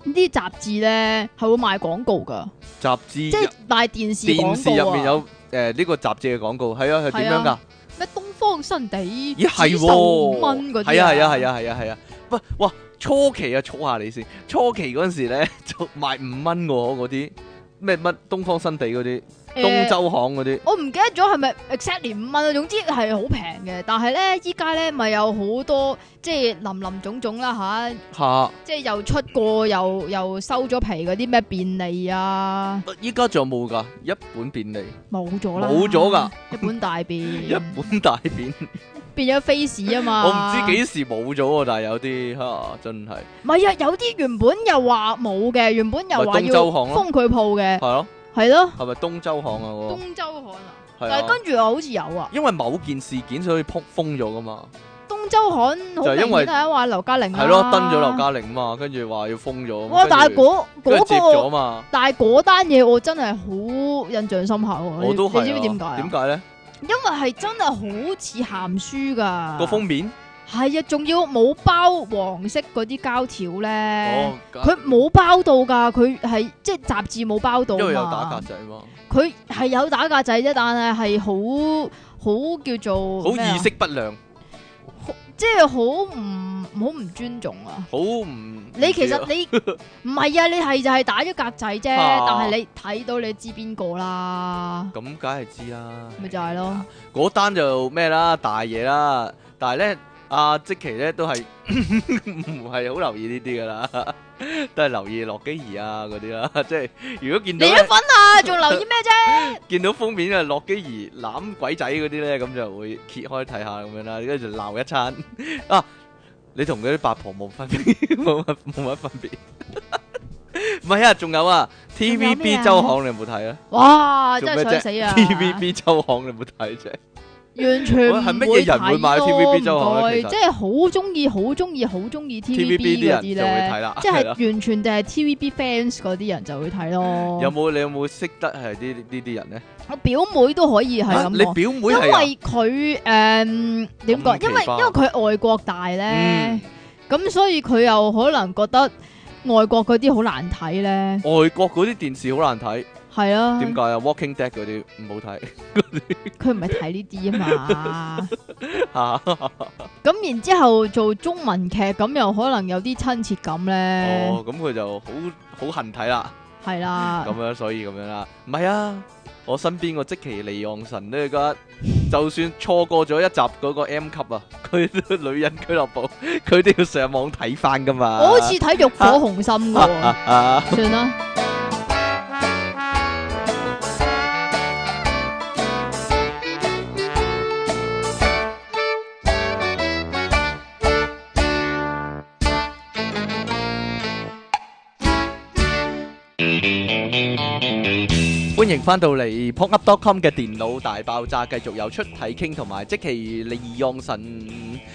呢啲雜誌咧係會賣廣告噶，
雜誌
即係賣電視
啊電視
廣
入
告
面
啊！
有誒呢個雜誌嘅廣告，係啊，係點樣
係
㗎
啊？咩東方新地
咦係
只售五蚊
喎，
嗰啲
係啊係啊係啊係啊係啊，不哇初期啊，儲下你先，初期嗰陣時咧 就賣五蚊喎嗰啲咩乜東方新地嗰啲、
誒
東周行嗰啲，
我唔記得咗係咪 exactly 五蚊啦，啊總之係好平嘅。但係咧，依家咧咪有好多即係林林種種啦吓，
嚇
即係又出過又又收咗皮嗰啲咩便利啊，
依家仲有冇㗎？一本便利，
冇咗啦，
冇咗㗎，
一本 大
一
便，
本大便，
變咗 face 啊
我唔
嘛，
知幾時冇咗喎，但係有啲嚇真 係
唔係啊，有啲原本又話冇嘅，原本又話
咪東
要
周行咯
封佢鋪嘅，
係咯，
係咯，
係咪東周行啊嗰個？
東周刊啊，
係
但係
啊，
跟住又好似有啊。
因為某件事件所以撲封咗㗎嘛。
東周刊好明
就係因為
顯係話劉嘉玲
係咯，
啦
登咗劉嘉玲嘛，跟住話要封咗。
哇！但係
跟住
嗰
跟住接
嗰
咗
個，
嘛，
但係嗰單嘢我真係好印象深刻喎。
我都係啊。
你你知唔知點解啊？
點解咧？
因為係真係好似鹹書噶
個封面
係啊，仲要冇包黃色嗰啲膠條咧，
哦，
佢冇包到㗎，佢係即係雜誌冇包到
因為有打格
啊嘛。
仔嘛，
佢係有打格仔啫，但係係好好叫做
好
咩啊
意識不良，
即係好唔好唔尊重啊！
好唔
你其實你唔係啊，你係就係打咗格仔啫，
啊
但係你睇到你知邊個啦，
咁梗係知啦。
咪就係咯。
嗰單就咩啦，大嘢啦，但係咧，阿即奇咧都係 唔係好留 意呢啲噶啦，都係留意洛基兒啊嗰啲啦，即係如果見
你
到
一
呢
份啊，嘛，仲留意咩啫？
見到封面啊，洛基兒攬鬼仔嗰啲咧，咁就會揭開睇下咁樣啦，跟住就鬧一餐 啊！你同嗰啲八婆冇分別， 冇乜冇乜分別。 唔係啊，仲有啊
有咩啊
，TVB 周刊你有冇睇啊？
哇，
做
真
咩
係
啫
想死啊
TVB 周刊你有冇睇啫？
完全
喂係
唔
乜
會
嘢人會買
睇
TVB
咯，
周
唔
刊咧
該，
其實
即係好中意、好中意、好中意
TVB 啲
嗰
人
啲
就會睇啦
咧，即
係啊啦
係完全就係 TVB fans 嗰啲人就會睇咯。
有冇你有冇識得係呢呢啲人咧？
我表妹都可以係
啊
咁
你
講，
表妹
因
係啊
為佢誒
咁
點講？
奇
因為因
葩
為佢外國大咧
嗯，
咁所以佢又可能覺得外國嗰啲好難睇咧，
外國嗰啲電視好難睇，
係啊，
點解啊？Walking Dead 嗰啲唔好睇。
佢唔係睇呢啲啊嘛。
吓
咁然之後做中文劇咁又可能有啲親切感咧
哦，，咁佢就好好恨睇啦，
係啦
咁。樣所以咁樣啦，唔係啊，我身邊個即其利昂神咧，而家就算錯過咗一集嗰個 M 級啊，佢都女人俱樂部，佢都要上網睇翻噶嘛，
我好似睇《浴火雄心》噶
啊
喎，
啊，
算啦。
歡迎翻到嚟 p o p u p c o m 嘅電腦大爆炸，繼續有出體傾同埋即其利昂神。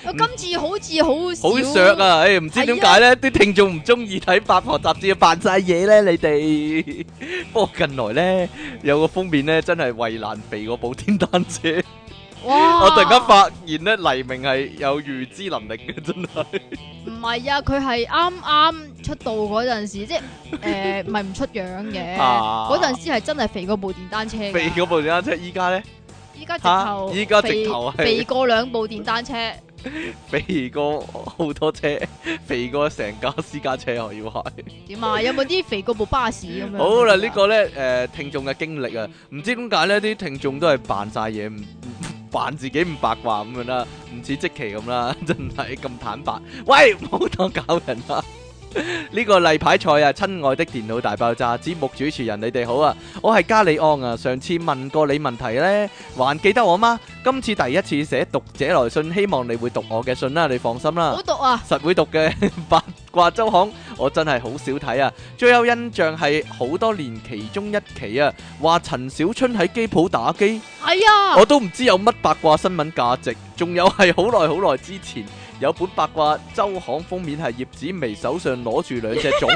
今次好似好少
嗯好削！啊！唉，唔知點解咧，啲聽眾唔中意睇八婆雜誌啊，扮晒嘢咧，你哋。 不過近來咧，有個封面咧，真係為難肥嗰部天單車。
哇！
我突然間發現咧，黎明係有預知能力嘅，真係。
唔係啊，佢係啱啱出道嗰陣時，即 係誒，唔係唔出樣嘅。
啊
嗰陣時係真係肥過部電單車㗎，
肥嗰部天單車，依家咧
依家直
嚇
頭，，
依家
肥
直頭係
肥過兩部電單車，
肥過好多車， 肥過成架私家車可以話。
點啊？有冇啲肥過部巴士咁樣？
好啦，呢個咧誒聽眾嘅經歷啊，唔知點解咧啲聽眾都係扮晒嘢，唔 扮自己唔八卦咁樣啦，唔似即期咁啦， 真係咁坦白。喂， 唔好當搞人啦！ 呢個例牌賽啊，親愛的電腦大爆炸節目主持人，你哋好啊！我係加里安啊，上次問過你問題呢，還記得我嗎？今次第一次寫讀者來信，希望你會讀我嘅信啦，你放心啦。
好毒啊！
實會讀嘅 八卦周刊，我真係好少睇啊！最有印象係好多年其中一期啊，話陳小春喺機鋪打機，
係啊，
我都唔知有乜八卦新聞價值。仲有係好耐好耐之前有本八卦周刊封面係葉子楣手上攞住兩隻粽，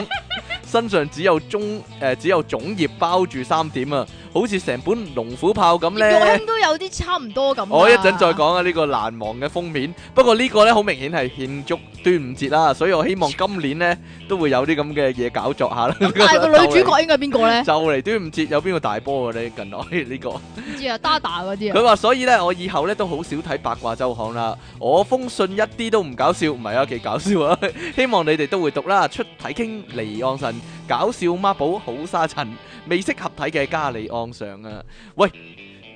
身上只有粽誒、呃只有粽葉包住三點啊，好似成本龍虎豹咁
葉
呢。
玉卿都有啲差唔多咁㗎。
我一陣再講啊，呢個難忘嘅封面。不過呢個呢，好明顯係慶祝端午節啦，所以我希望今年呢，都會有啲咁嘅嘢搞作下啦。
咁但係個女主角應該係邊個 咧？
就嚟端午節有邊個大波嘅呢？近來呢個。
唔知啊，Dada 嗰啲啊
佢。話：所以咧，我以後咧都好少睇八卦周刊啦。我封信一啲都唔搞笑，唔係啊，幾搞笑啊！ 希望你哋都會讀啦。出體傾離岸神，搞笑孖寶好沙塵，未適合睇嘅加利岸上啊！喂，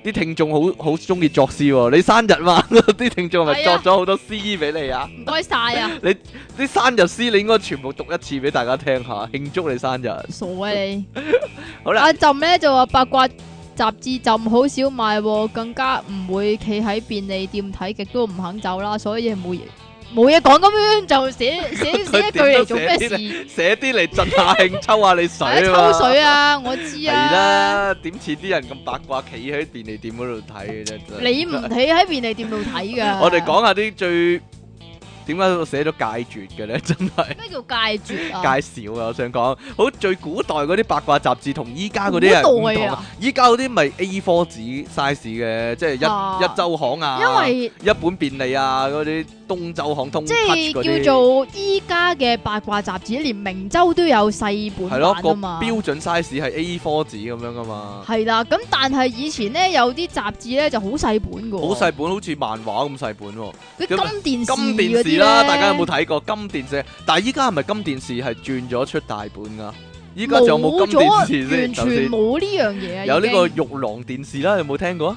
啲聽眾好好中意作詩喎、你生日嘛？ 啲聽眾係咪
係
作
啊
咗好多詩俾你啊？
唔該晒 啊！
啲生日詩你應該全部讀一次俾大家聽下，慶祝你生日。
傻啊你！
好啦
阿朕咧就話八卦雜誌朕好少買喎，更加唔會企喺便利店睇，極都唔肯走啦，所以冇嘢冇嘢講咁樣就 寫寫寫一句嚟做咩事？
寫啲嚟震下興，抽下你
大家
水啊嘛！
抽水啊！我知
係
啊，
啦，點似啲人咁八卦，企喺便利店嗰度睇嘅啫。真係
你唔企喺便利店度睇噶。
我哋講下啲最點解我寫咗戒絕嘅咧， 真係
咩叫戒絕啊？
介紹啊！我想講，好最古代嗰啲八卦雜誌同依家嗰啲係
古
唔
代
同
啊
啊！依家嗰啲咪 A4 紙 size 嘅，即係一、
啊
一週行啊，
因為
一本便利啊，嗰啲東周行通嗯
即
Touch 嗰
係
啲
叫做依家嘅八卦雜誌，連明州都有細
係
本
咯，
版
個
啊嘛。
標準 size 係 A4 紙咁樣噶嘛，
係啦，咁但係以前咧有啲雜誌咧就好細本噶，
好細本，好似漫畫咁細本喎。
佢金電視
金電
嗰啲
視啦，
呢
大家有冇睇過金電視？但係依家係咪金電視係轉咗出大本噶？依家仲有冇金電視
冇咗
先？
完
首
全
先
冇呢樣嘢啊！
有呢個
已經
玉郎電視啦，有冇聽過啊？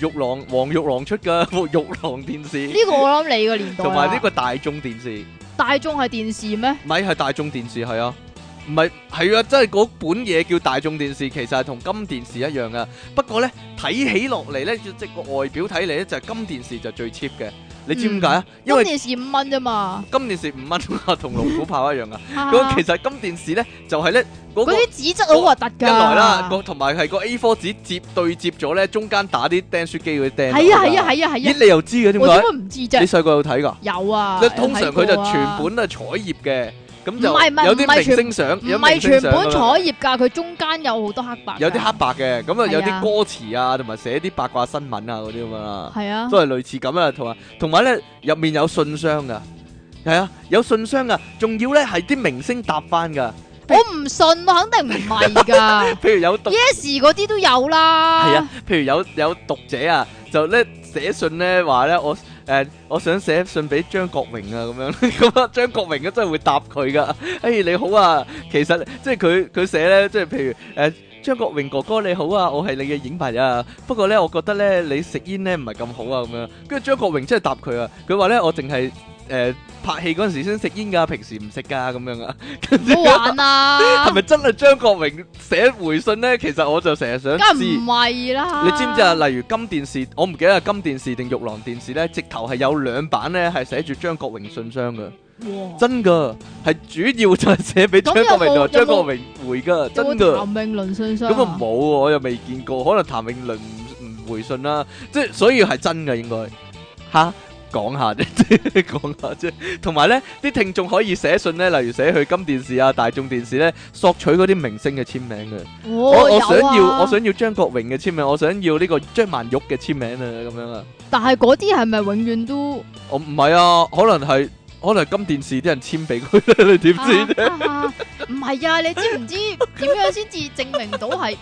玉郎黃玉郎出噶 玉郎電視，
呢個我諗你個年代啦，
同
啊
埋呢個大眾電視，
大眾係電視咩？
咪係大眾電視係啊，唔係係啊，真係嗰本嘢叫大眾電視，其實係同金電視一樣噶。不過呢，睇起落嚟呢，即即個外表睇嚟呢，就係金電視就最 cheap 嘅。你知點解啊？因為
今年是五蚊啫嘛，
金電視五蚊啊，同龍虎豹一樣啊。
哈哈
咁其實金電視呢，就係呢嗰個
嗰啲紙質好核突㗎。
一來啦，個同埋係個 A4 紙接對接咗呢，中間打啲釘書機嗰啲釘。
係啊係啊。係啊係啊，
咦，你又知嘅點
我點
解？
會唔知
你
啫？
細個有睇㗎？
有啊，
即係通常佢就
有睇過啊
全本都係彩頁嘅，咁
唔係唔係
就有啲
唔係
明
全
星相，有明
唔係
星
全
相
本
咁
彩
樣
頁㗎，佢中間有好多黑白㗎。
有啲黑白嘅，咁啊有
係
啲
啊
歌詞啊，同埋寫啲八卦新聞啊嗰啲咁樣啦，
係啊，
都係類似咁啊，同埋同埋咧入面有信箱噶，係啊有信箱噶，仲要咧係啲明星答翻噶，
我唔信，我肯定唔係 㗎。
譬如有讀
Yes 嗰啲都有啦。
係啊，，譬如有有讀者啊，就咧寫信咧話咧我。誒、我想寫信俾張國榮啊，咁樣 咁啊，張國榮咧真係會答佢噶。誒、你好啊，其實即係佢佢寫咧，即係譬如誒、張國榮哥哥你好啊，我係你嘅影迷啊。不過咧，我覺得咧你食煙咧唔係咁好啊，咁樣。跟住張國榮真係答佢啊，佢話咧我淨係誒拍戲嗰陣時先食煙㗎，平時唔食㗎咁樣啊。跟住
唔好玩 啊
係。咪真係張國榮寫回信咧？其實我就成日想
梗
知。
唔係啦。
你知唔知啊？？例如金電視，我唔記得係金電視定玉郎電視咧，直頭係有兩版咧係寫住張國榮信箱嘅，
哇！
真噶，係主要就係寫俾張國榮同埋
咁有
張
冇
國榮回噶，
有冇
真噶。
譚詠麟信箱
咁啊冇喎，我又未見過，可能譚詠麟唔唔回信啦，即係所以係真嘅應該吓。講下啫， 講下啫。同埋咧，啲聽眾可以寫信咧，例如寫去金電視啊、大眾電視咧，索取嗰啲明星嘅簽名嘅。我
我
我想要我想要張國榮嘅簽名，我想要呢個張曼玉嘅簽名啊，咁樣啊，
但係嗰啲係咪永遠都
我唔係啊，可能係可能係金電視啲人簽俾佢咧，你點
啊
知？
啊唔係啊？你知唔知點樣先至證明到 係？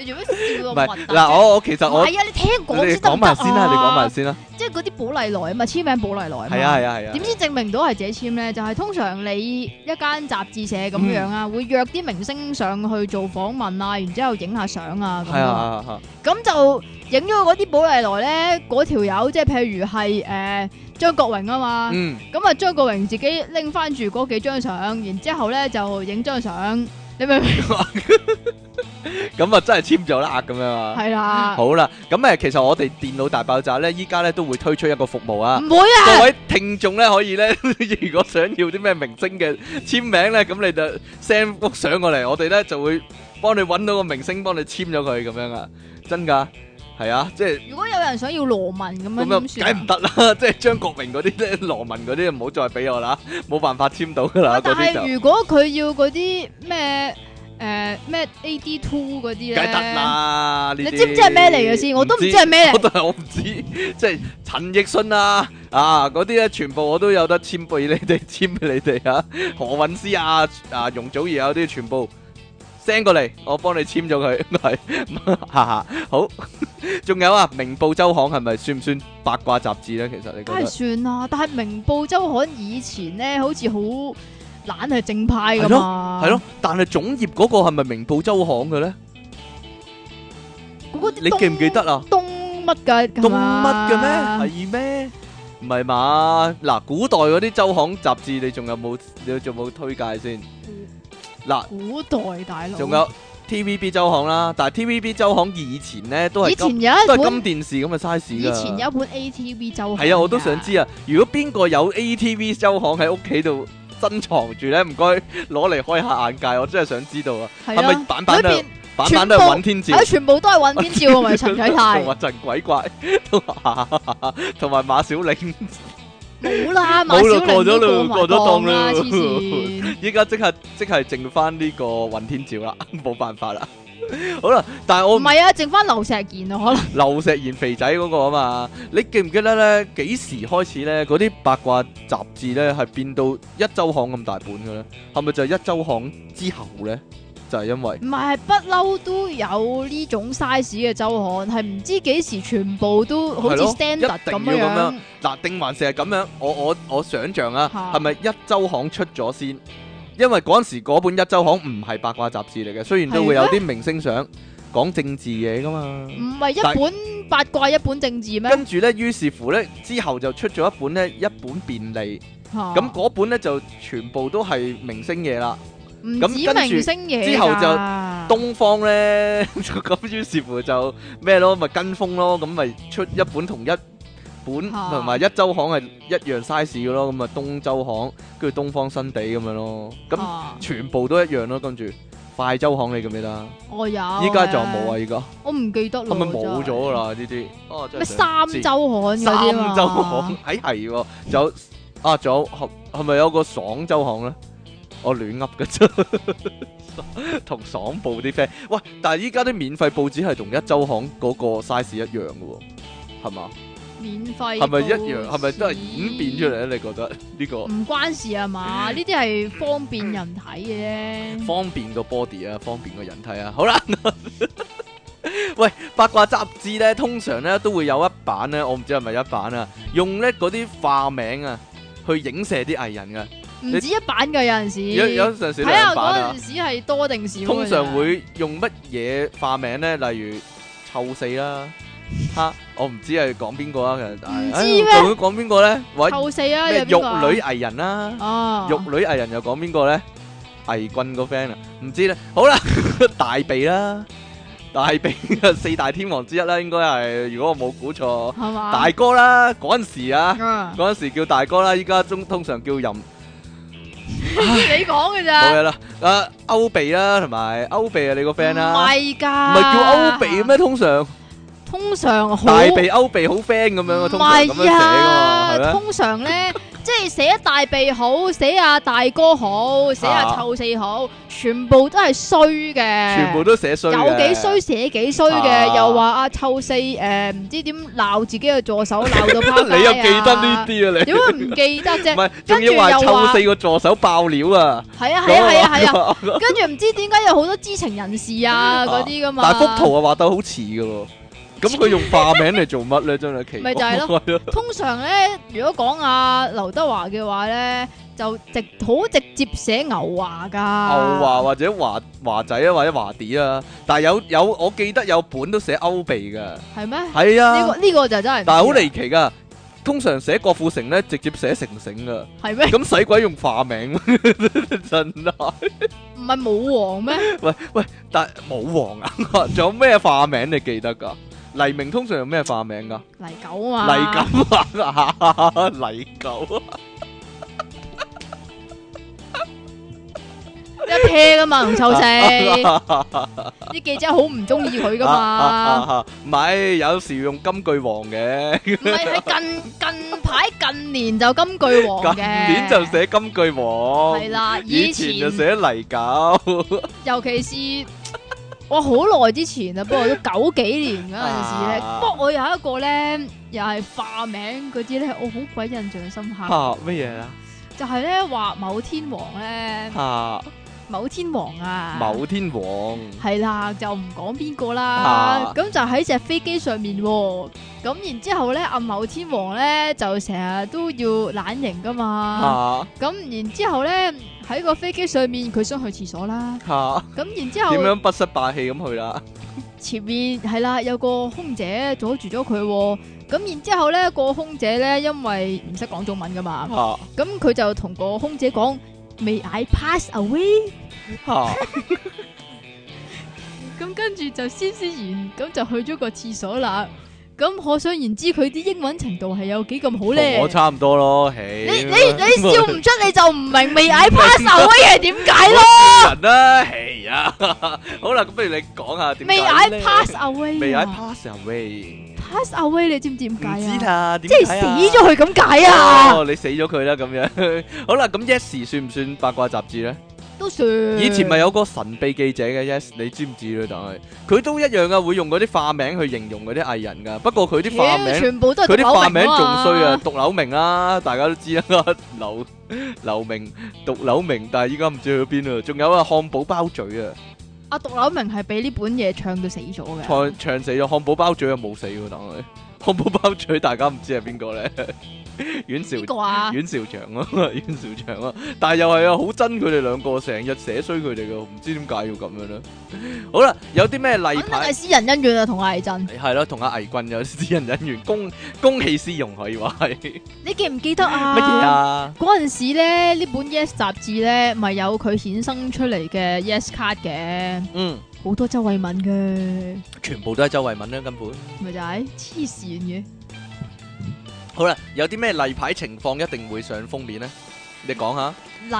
你做乜笑
唔
咁
係
核突啫？
嗱，我我其實
唔
我
係啊！你聽講
你
先得
講
唔得
埋先啦，你講埋
啊？
先啦，
即係嗰啲寶麗來啊嘛，簽名寶麗來啊嘛。
係啊係啊係啊
點，先證明到係自己簽咧？就係、通常你一間雜誌社咁樣啊，
嗯
會約啲明星上去做訪問啊，然之後影下相啊咁
係
樣。
啊係啊，
咁就影咗嗰啲寶麗來咧，嗰條友即係譬如係誒、呃、張國榮啊嘛，
嗯，
咁啊、張國榮自己拎翻住嗰幾張相，然之後咧就影張相，你明唔明？
咁啊真係簽咗啦咁樣啊，
係啦，
好啦，咁誒其實我哋電腦大爆炸咧，依家咧都會推出一個服務啊。
唔會啊，
各位聽眾咧，可以咧， 如果想要啲咩明星嘅簽名咧，咁你就 send 幅相過嚟，我哋咧就會幫你揾到個明星，幫你簽咗佢咁樣啊，真噶，係啊，即係
如果有人想要羅文咁
咁
樣
樣
點算
梗唔
啊？
得啦， 即係張國榮嗰啲咧、羅文嗰啲唔好再俾我啦，冇辦法簽到噶啦，啊嗰
但
啲就
係如果佢要嗰啲咩誒咩 AD Two 嗰啲咧，
梗係得啦，呢
你
啲
知唔知係咩嚟嘅先？我都唔知 係咩
我
嚟。
都係我唔知，即係陳奕迅啊啊嗰啲咧，全部我都有得簽俾你 哋，簽俾你哋啊，何韻詩啊啊容祖兒啊嗰啲全部 send 過嚟，我幫你簽咗 佢，係哈哈好。 仲有啊，明報周刊係咪算唔算八卦雜誌咧？其實你覺
梗係
得
算啦，但係明報周刊以前咧，好似好懶係正派
係
噶
咯
嘛，
係咯，？但係總頁嗰個係咪明報周刊嘅咧？
嗰個啲
你記唔記得啊？
東乜㗎？
咁
東
乜嘅？咩？係咩？唔係嘛？嗱，古代嗰啲周刊雜誌，你仲有冇？你仲有冇推介先？
嗯
嗱，
古代大佬，
仲有 TVB 周刊啦，但係 TVB 周刊以前咧都係
以前
金
有
都係
一
金
本，
電視咁嘅 size
以
噶。
前有一本 ATV 周刊㗎，
係啊，我都想知啊。如果邊個有 ATV 周刊喺屋企度珍藏住咧，唔該攞嚟開下眼界，我真係想知道啊。
係
係咪
啊，
版版都
裏邊
版版都係
全部
尹天照
係？啊全部都係揾邊照同埋陳啟泰
同，埋陳鬼怪，同埋 同埋馬小玲。
冇啦，馬
冇啦
小玲
過咗
都
啦
過
過咗檔
咗
啦
啦，黐線，
依家即係即係剩翻呢個雲天照啦， 冇辦法啦。好啦，但係我
唔係啊，剩翻劉石賢啊，可能
劉石賢肥仔嗰個啊嘛，你記唔記得咧？幾時開始咧？嗰啲八卦雜誌咧係變到一週刊咁大本嘅咧？係咪就係一週刊之後咧？就係、因為
唔係，係不嬲都有呢種 size 嘅周刊，係唔知幾時全部都
係
好似
咯
standard
一
咁
定要咁樣
樣。
嗱，定還是係咁樣？我我我想像啊，
嚇
係咪一週刊出咗先？因為嗰陣時嗰本一週刊唔係八卦雜誌嚟嘅，雖然都會有
係
啲明星相講政治嘢噶嘛。
唔係一本八卦，一本政治咩？
跟住呢，於是乎呢，之後就出咗一本呢，一本便利。
咁
咁嗰本呢，就全部都係明星嘢啦。
唔
咁
止
跟住
明星嘢
之後就
㗎
東方咧， 咁於是乎就咩咯，咪跟風咯，咁咪出一本同一本
嚇
同埋一周行係一樣 size 嘅咯，咁咪東周行跟住東方新地咁樣咯，咁
啊
全部都一樣咯，跟住快周行你記唔記得啊？
我有，
依家仲有冇啊？依家
我唔記得
係
咯，
咪冇咗㗎
真係？
啦？呢啲哦，真係
咩
想
三
知
周刊嗰啲啊嘛
三周行，喺係喎，有啊，仲有係係咪有個爽周行咧？我亂噏嘅啫， 同爽報啲 friend。喂，但係依家啲免費報紙係同一周行嗰個 size 一樣嘅喎，係嘛？
免費
係咪一
報
樣？係咪都係
紙
演變出嚟咧？你覺得呢個
唔關事啊嘛，呢啲係方便人睇嘅啫。
方便個 body 啊，方便個人體啊？好啦。 喂，八卦雜誌咧，通常咧都會有一版咧，我唔知係咪一版啊，用咧嗰啲化名啊，去影射啲藝人嘅。
唔止一版噶，有陣時
有有陣時
睇下
兩版
嗰
啊
陣，時啊係多定少㗎咋。
通常會用乜嘢化名咧？例如臭四 啦，嚇我唔知係講邊個啊，其實
唔
但係
知咩
唉究竟講邊個咧？或者
後四啊，
咩玉
有邊個啊
女藝人啦，
啊，
玉女藝人又講邊個咧？藝棍個 friend 啊，唔知咧。好啦， 大鼻啦，大鼻四大天王之一啦，應該係如果我冇估錯，
係嘛？
大哥啦，嗰陣時啊，
啊
嗰陣時叫大哥啦，依家中通常叫任。
你講嘅
冇
咋？
嘢啦。啊，歐鼻啦，同埋歐鼻啊，你個 friend
唔
啦，
係㗎，
唔係叫歐鼻？咩？通常
通常好
大鼻歐鼻好 friend 咁樣，通
唔
常咁樣寫
係
噶嘛，係
啊，
咩？
通常咧， 即係寫大鼻好，寫阿大哥好，寫阿
啊
臭四好，全部都係衰嘅，
全部都寫衰嘅，
有幾衰寫幾衰嘅，
啊
又話阿臭四誒唔知點鬧自己嘅助手鬧 到趴
你又記得呢
啲？
啲啊？你
點會唔記得
唔
啫？
係仲要話
跟住又話
臭四個助手爆料啊？
係啊係啊係啊係啊！
啊！
跟住唔知點解有好多知情人士啊嗰啲噶嘛，
但係幅圖啊畫得好似嘅喎，咁佢用化名嚟做乜咧？真係奇怪，
咪就 係
咯，
通常咧，如果講阿劉德華嘅話咧，就直好直接寫牛華噶。
牛華或者華華仔啊，或者華啲啊，但係有有我記得有本都寫歐鼻㗎，
係咩？呢、
係啊。
個呢、個就真係唔知啦，啊
但係好離奇噶，通常寫郭富城咧，直接寫成成噶，
係咩？
咁使鬼用化名咩真係？
唔係武王咩？
喂喂，但係冇王啊， 仲有咩化名你記得噶？黎明通常用咩化名噶？
黎狗啊
黎
嘛，
狗啊， 黎狗
一 pair 噶嘛，同臭 四，
啊，
啲記者好唔中意佢噶嘛。
啊唔係有時用金句王嘅，
唔係喺近 近排近年就金句王嘅，
近年就寫金句王
係，啦，以
以
前
前就寫黎狗。
尤其是 我好耐之前啊，不 過都九幾年嗰陣時咧，
啊
不過我有一個咧，又係化名嗰啲咧，我好鬼印象深刻，
嚇乜嘢啊？
就係咧話某天王咧，
嚇
某天王啊，
某天王。
係啦，就唔講邊個啦
啊，
咁就喺只飛機上面喎，咁然之後咧，阿某天王咧就成日都要懶型噶嘛，
嚇
咁然之後咧喺個飛機上面佢想去廁所啦，
嚇。
咁然之後
點。啊樣不失霸氣咁去啦？
前面係啦，有個空姐阻住咗佢喎，咁然之後咧，個空姐咧因為唔識講中文噶嘛，
嚇
咁佢就同個空姐講未 I pass away，
嚇
咁跟住就先先然咁就去咗個廁所啦。咁可想而知佢啲英文程度係有幾咁好咧
同我。差唔多咯，唉
你你 你笑唔出你就唔明未 I pass away 係點解 咯？
人啦，唉呀， 好啦，咁不如你講下點
未
解
I
咧
pass away，
未 I pass away，
pass away 你知唔知點
唔
解
知
啊？
啦，即
即係死
à.
咗佢咁解啊？
哦，你死咗佢啦咁 樣。好啦，咁 Yes 算唔算八卦雜誌咧？
都算。
以前咪有個神秘記者嘅 Yes，你知唔知咧？但係佢都一樣噶，會用嗰啲化名去形容嗰啲藝人噶。不過佢啲化
屌
名。
全部 都係
佢啲
讀口
化名
名
仲
啊
衰啊，！讀柳明啦，大家都知啦， 柳柳明讀柳明，但係依家唔知去咗邊啊。仲有啊，漢堡包嘴啊，
阿杜柳明係俾呢本嘢唱到死咗嘅，
唱唱死咗漢堡包嘴又冇死喎，但係 漢堡包嘴大家唔知係邊個咧？ 阮兆
邊個啊？
阮兆祥啊， 阮兆祥啊，但系又係啊，好憎佢哋兩個，成日寫衰佢哋嘅，唔知點解要咁樣咧。好啦，有啲咩例
肯定
牌
係？私人恩怨啊，同阿魏震。
係咯，同阿魏棍有私人恩怨，公公器私用可以話係
你記唔記得啊？
乜嘢？啊？
嗰陣時咧，呢本 Yes 雜誌咧，咪有佢衍生出嚟嘅 Yes 卡嘅，
嗯，
好多周慧敏嘅，
全部都係周慧敏啦，根本。
咪就係黐線嘅。
好啦，有啲咩例牌情況一定會上封面呢？你講下，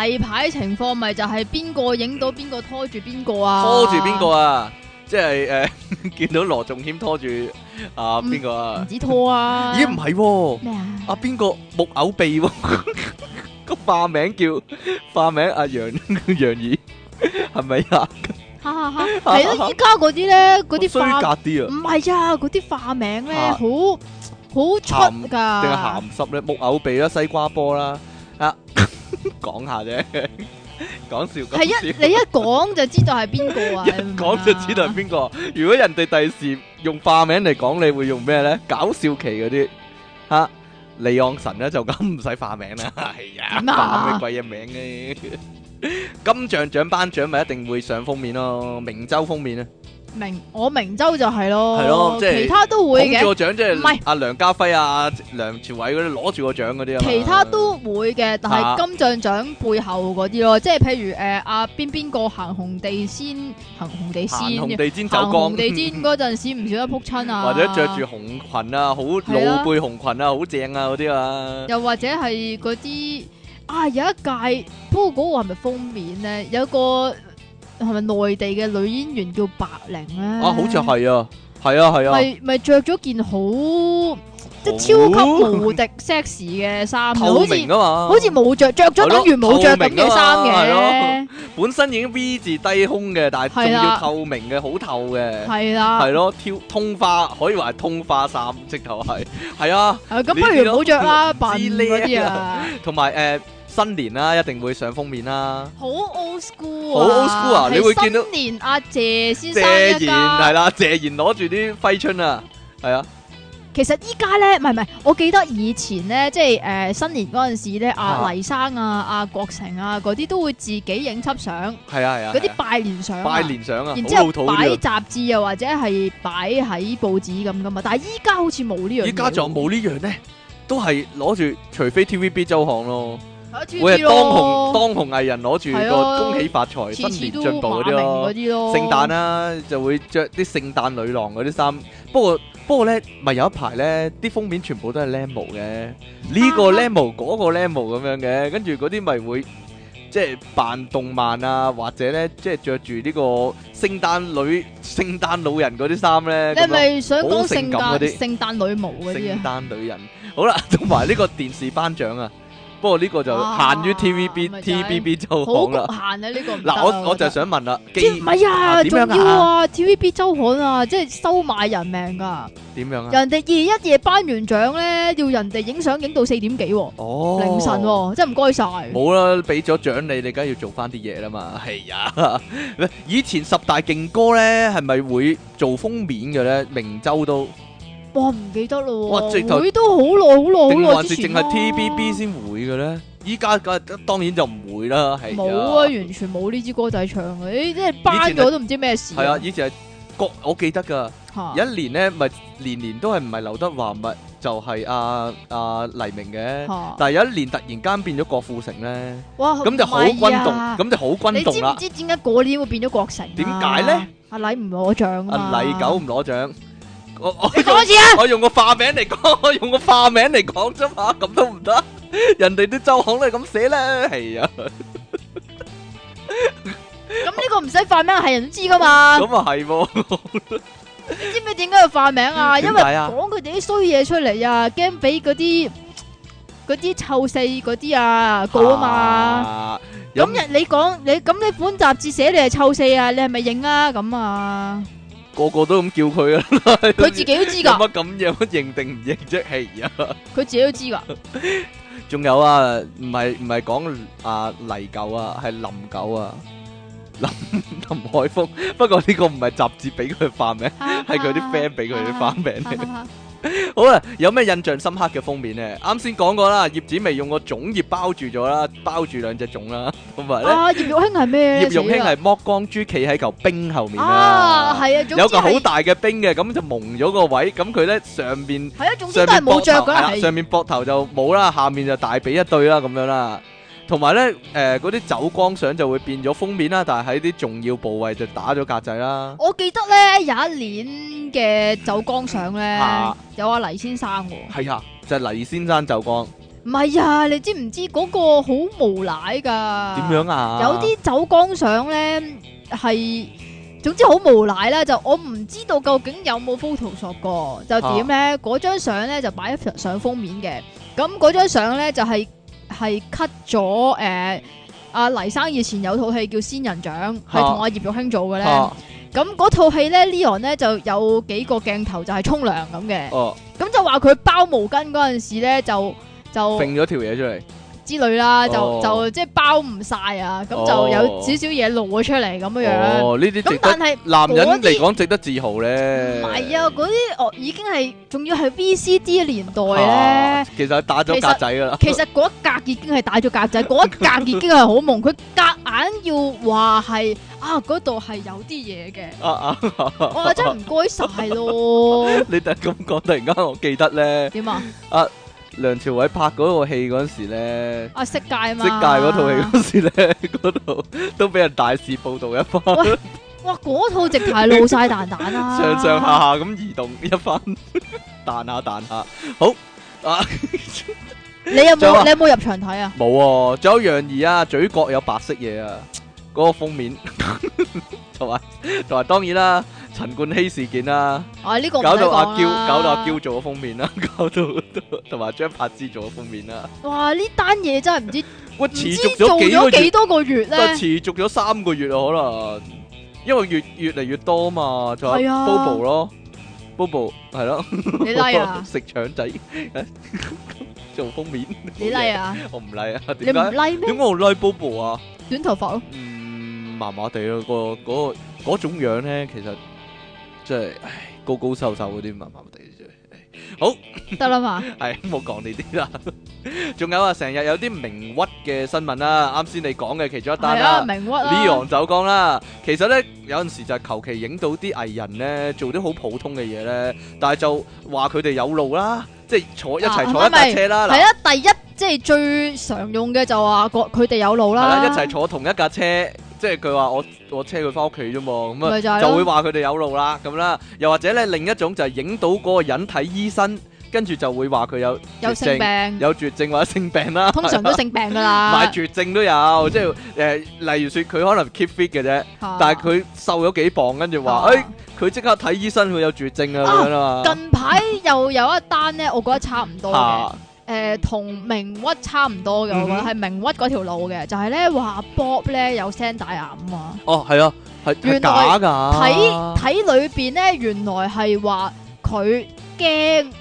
例牌情況咪就係邊個影到邊個拖住邊個啊？
拖住邊個？啊？即係诶， 見到羅仲谦拖住啊邊個
唔
啊？
止拖啊！
咦，唔係喎。
咩 啊？
啊邊個木偶鼻喎？ 個化名叫化名阿楊 楊怡，係咪啊？
哈哈哈！係咯，依家嗰啲咧，嗰啲
衰
化
格啲
唔係啊，嗰啲化名咧，
啊
好好出
鹹
㗎。
啊，定係鹹濕咧？木偶鼻啦，西瓜波啦，啊 講下啫，講笑講
係一
笑。
你一講就知道係 邊個啊！你明唔明啊
講就知道係邊個。如果人哋第時用化名嚟講，你會用咩咧？搞笑期嗰啲吓，利昂神咧就咁唔使化名 啦。係啊，
點啊
化咩鬼嘢名 咧？金像獎頒獎咪一定會上封面咯，明州封面啊，
明我明州就係咯，
係咯即係
其他都會
捧啊住
嘅，
個獎即
唔
係
係
阿梁家輝啊、梁朝偉嗰啲攞住個獎嗰啲啊嘛。
其他都會嘅，但
啊
係金像獎背後嗰啲咯，即係譬如誒阿邊邊個行紅地先行紅地先
行紅
嘅，
地氈
行
走
紅地
光。
氈嗰陣時唔小得撲親啊，
或者着住，紅裙啊，好
係啊
老背紅裙啊，好正啊嗰啲啊，
又或者係嗰啲啊有一屆，不過嗰個係咪封面咧？有個係咪內地嘅女演員叫白玲咧？
啊
啊
好似係啊，係啊係啊。
咪咪着咗件好即係超級無敵 sexy 嘅衫，
哦透
好
明
似
啊嘛，
好似冇着，着
係
咗
咯
等於冇着咁嘅衫
透明啊
嘅，
本身已經 V 字低胸嘅，但係仲
係啦
要透明嘅，好透嘅，
係啊啦，
係咯，挑通花可以話係通花衫，直頭 係係啊，
係咁不如唔好着啦，
你知咯
扮嗰 啲啊，
同埋誒新年啦，一定會上封面啦。
好 old school
好 old school 啊
係
你會見到
新年啊阿謝先生
謝
一
賢係
家，
啦，謝賢攞住啲揮春啊，係啊，
其實依家咧，唔係唔係，我記得以前咧，即係誒新年嗰陣時咧，
啊
阿黎生啊、阿郭成啊嗰啲都會自己影輯相，
係啊係啊，
嗰啲
係啊
拜年相啊
拜年相啊，
然之
好老
後
土
擺
嗰啲啊。
雜誌又或者係擺喺報紙咁噶嘛，但係依家好似冇呢樣嘢喎。
依家仲有冇呢樣呢？都係攞住，除非 TVB 周刊咯，
啊知
會係
知
當
咯
紅當紅藝人攞住
係
個
啊
恭喜發財、新
次次
年
都
進步嗰啲咯
馬明嗰。啲咯，
聖誕啊啦，就會着啲聖誕女郎嗰啲衫。不過不過咧，咪有一排咧，啲封面全部都係 lemo 嘅，呢個
啊
lemo 嗰個 lemo 咁樣嘅，跟住嗰啲咪會即係扮動漫啊，或者咧即係着住呢個聖誕女、聖誕老人嗰啲衫咧。
你係咪想
好
講
性
聖
感嗰
誕
啲
聖誕女巫
咁樣
嗰啲
聖
啊？
誕女人，好啦， 同埋呢個電視頒獎啊，不過呢個就限於
啊
TVB、
咪就係
TVB 周
好
刊
局限
啦。
啊！呢個唔得啊
嗱，我我就
覺得
係想問啦，既
知唔係
啊
啊，
點
仲
樣啊
要啊 TVB 周刊啊，即係收買人命㗎。
點樣啊？
人哋二一夜頒完獎咧，要人哋影相影到四點幾喎，
哦，
凌晨喎，真係唔該晒。
冇啦，俾咗獎你，你梗係要做翻啲嘢啦嘛。 係啊，喂以前十大勁歌咧，係咪會做封面嘅咧？明州都
哇，唔記得咯
哇直頭
喎，會都好耐好
定
耐好
還
耐
是
之前
淨係
啦
TVB 先會嘅咧？依家梗係當然就唔會啦，係
冇啊，完全冇呢支歌仔唱嘅，呢即係
嗯以
班
前係
咗都唔知咩事。
係啊，以前係國，我記得㗎。
嚇，
有一年咧，咪年年都係唔係劉德華，咪就係阿阿黎明嘅。
嚇
但係有一年突然間變咗郭富城咧，
哇，
咁就好
唔
轟
係
動，
啊
咁就好轟
你知
動
唔
啦。
知點解嗰年會變咗國城啊？
點解咧
阿禮唔攞獎啊嘛
阿黎狗，唔攞獎，我我
你講一次啊！
我用個化名嚟講，我用個化名嚟講啫嘛，咁都唔得。人哋啲周刊都係咁寫啦，係啊，
咁呢個唔使化名，係人都知噶嘛？
咁啊係喎，
你知唔知點解要化名啊？因
點
為
解啊
講佢哋啲衰嘢出嚟啊，驚俾嗰啲嗰啲臭四嗰啲啊告啊嘛。
啊。有
咁人你講你咁你本雜誌寫你係臭四啊，你係咪認啊？咁啊，
個個都咁叫佢 啊，
佢自己都知
有
㗎，
乜咁有乜認定唔認啫？係啊，
佢自己都 知㗎。
仲有啊，唔係唔係講啊黎狗啊，係林狗啊， 林林
À, 啊
海峰。不過呢個唔係雜誌俾佢化名，係佢啲 friend 俾佢啲化名嚟。
嚟。
好啦，有咩印象深刻嘅封面呢？啱先講過啦，葉子未用個粽葉包住咗啦，包住兩隻粽啦， 同埋咧，
啊，葉玉卿係咩
葉
咧？
玉卿
死啦
係剝光豬企喺嚿冰後面
啊，
啦，
係啊，總之
有嚿好
係
大嘅冰嘅，咁就蒙咗個位，咁佢咧上面
係啊，總之
上
都係
面
冇
膊
着
頭
㗎
係
啦，
啦，上
係
面膊頭就冇啦，下面就大髀一對啦，咁樣啦。同埋咧，誒嗰啲走光相就會變咗封面啦，但係喺啲重要部位就打咗格仔啦。
我記得咧有一年嘅走光相咧
啊，
有阿黎先生喎。
係啊，就係黎先生走光，
唔係啊，你知唔知嗰個好無賴噶？
點樣啊？
有啲走光相咧係，總之好無賴啦。就我唔知道究竟有冇 Photoshop 過，就點咧？嗰張相咧就擺喺上封面嘅。咁嗰張相咧就係係 cut 咗誒阿黎生以前有套戲叫《仙人掌》，係同阿葉玉卿做嘅咧。
啊
咁嗰套戲咧，Leon 咧就有幾個鏡頭就係沖涼咁嘅。
哦。
咁就話佢包毛巾嗰陣時咧就。就
揈咗條嘢出嚟，
之類啦，就、
哦
就即係包唔晒啊，咁
哦
就有少少嘢露咗出嚟咁樣樣。
哦，呢啲
咁、
值
但
得
係
男人
嗰啲
嚟講值得自豪咧。
唔係啊，嗰啲哦已經係仲要係 VCD 年代
啊
咧。
其實打咗格仔噶啦，
其實嗰一格已經係打咗格仔，嗰一格已經係好朦，佢夾硬要話係啊嗰度係有啲 嘢嘅，
啊啊，
我真係唔該晒咯。
你突然咁講，突然間我記得咧，
點啊？
梁朝偉拍嗰個戲嗰陣時咧，
啊色戒啊
《
嘛，
色戒》嗰套戲嗰陣時咧， 嗰度都俾人大肆報導一番，
哇嗰套直頭係露晒蛋啊蛋 啦，
上上下下咁移動一番， 彈下彈下，好啊，
你有
仲有啊
冇你有冇入場睇啊？
冇喎，仲有楊怡啊，嘴角有白色嘢啊，嗰個封面， 同埋同埋當然啦，陳冠希事件啦。
啊呢個唔使
搞到阿
講
嬌，
啦
搞到阿嬌做咗封面啦， 搞到同埋張柏芝做咗封面啦。
哇！呢單嘢真係唔知
喂，
唔
持
知
續
做
咗幾個
咗幾
月，
多 個月咧
但，持續咗三個月啊，可能因為越越嚟越多嘛，就係
係啊
Bobo 咯，Bobo 係咯，
你拉啊，
食腸仔做封面，
你拉啊，
我唔拉啊，
你
點
唔
解？
拉
點
咩？
解我拉 Bobo 啊？
短頭髮咯，
嗯，麻麻地咯，個嗰嗰種樣咧，其實即係唉高高瘦瘦嗰啲麻麻地啫。
得啦嘛，
系冇講呢啲啦， 仲有啊，成日有啲名屈嘅新聞啦，啱先你講嘅其中一單
係啊，
啦
明屈啦
，Leon 走光啦，其實呢，有陣時就係求其影到啲藝人呢，做啲好普通嘅嘢呢，但係就話佢哋有路啦，即係坐一齊
啊
坐一架
咪咪
車啦，
係啊，第一即係最常用嘅就話個佢哋有路
係
啦，
啦，一齊坐同一架車，即係佢話我我車佢翻屋企啫嘛，咁啊。
咪就係
就會
咯，
話佢哋有路啦，咁啦，又或者咧另一種就係影到嗰個人睇醫生，跟住就會話佢有
有
絕症
性病，
有絕症或者性病啦，
通常都性 病噶
唔係
啦，
絕症都有，即係誒，例如說佢可能 keep fit 嘅啫，但係
佢
佢瘦咗幾磅，跟住話誒，佢即刻睇醫生，佢有絕症啊
啊
咁樣啊
近排又有一單咧，我覺得差唔多嘅。
嘛，
誒同明屈差唔多嘅，我覺
嗯
得
哼
係明屈嗰條路嘅，就係咧話 Bob 咧有聲帶癌啊嘛。
嚇哦係啊，係係
原來
假㗎，啊
睇睇裏边咧，原來係話佢驚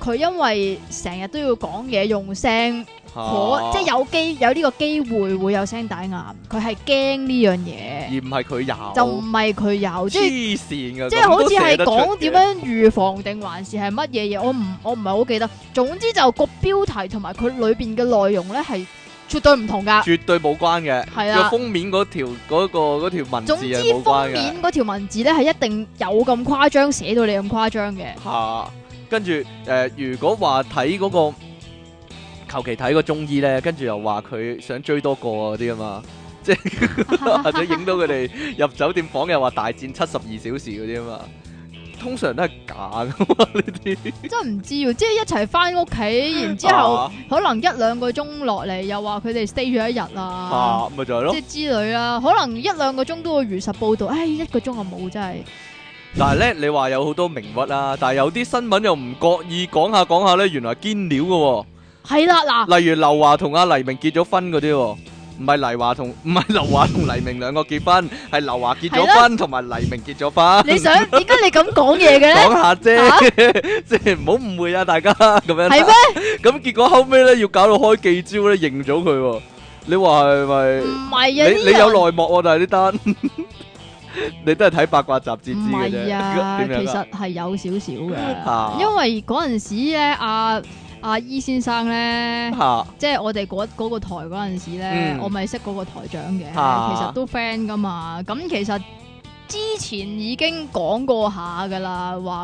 佢因為成日都要講嘢用聲，
嚇
可即係有機有呢個機會會有聲帶癌，佢係驚呢樣
而
嘢，
唔係佢有，
就唔係佢有，即係
黐啊線㗎，
即係好似係講
講
點樣預防定還是係乜嘢嘢，我唔我唔係好記得。總之就個標題同埋佢裏边嘅內容咧係絕對唔同噶，
絕對冇關嘅，
係
個
啦。
封面嗰條嗰個嗰條文字
總
係
之
冇
封
關嘅。
面嗰條文字咧係一定有咁誇張，寫到你咁誇張嘅。
吓、跟住誒、呃如果話睇嗰個求其睇個中醫咧，跟住又話佢想追多個嗰啲啊嘛， 即係 或者影到佢哋入酒店房又話大戰七十二小時嗰啲啊嘛，通常都係假噶嘛 呢啲。
真係唔知喎，即係一齊翻屋企，然之
啊
後可能一兩個鐘落嚟，又話佢哋 stay 咗一日
嚇
啊，
嚇咪就係咯
即，係之類啦。可能一兩個鐘都會如實報導，唉，一個鐘啊冇真係。
但係咧你話有好多名屈啦，但係有啲新聞又唔覺意講下講下咧，原來堅料嘅
係啦，嗱，
喎，例如劉華同阿黎明結咗婚嗰啲喎。唔係黎華同唔係劉華同黎明兩個結婚，係劉華結
係
咗
啦
婚同埋黎明結咗婚。
你想點解你咁講嘢嘅咧？
講下
啊
啫， 即係唔好誤會啊，大家咁樣。
係咩？
咁結果後尾咧，要搞到開記招咧，認咗佢喎。你話係咪？
唔係啊，
你
呢
你有
樣
內幕喎，但係呢單 你都係睇八卦雜誌知
唔
嘅啫。
係啊，
點
其
樣啊
實係有少少
啊
嘅，因為嗰陣時咧，阿阿伊先生咧，
嚇
即係我哋嗰嗰個台嗰陣時咧
嗯，
我咪識嗰個台長嘅，
啊
其實都 friend 噶嘛。咁其實之前已經講過下噶啦，話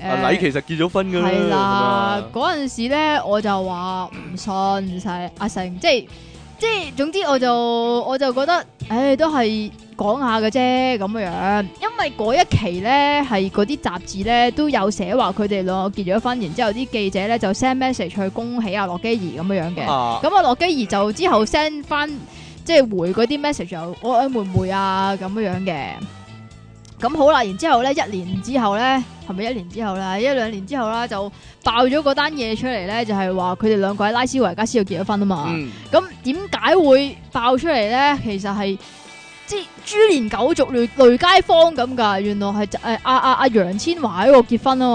阿
誒
啊禮其實結咗婚㗎啦。
係啦
咁啊，
嗰陣時咧我就話唔信晒阿成，即係即係總之我就我就覺得，唉，都係講下嘅啫咁樣，因為嗰一期咧係嗰啲雜誌咧都有寫話佢哋兩個結咗婚，然之後啲記者咧就 send message 去恭喜阿洛基兒咁樣樣嘅，
啊
咁阿洛基兒就之後 send 翻即係回嗰啲 message 就我愛妹妹啊咁樣樣嘅。咁好啦，然之後咧，一年之後咧，係咪一年之後啦？一兩年之後啦，就爆咗嗰單嘢出嚟咧，就係話佢哋兩個喺拉斯維加斯度結咗婚啊嘛。
嗯
咁點解會爆出嚟咧？其實係即係株連九族累累街坊咁噶。原來係誒阿阿阿楊千嬅喺度結婚啊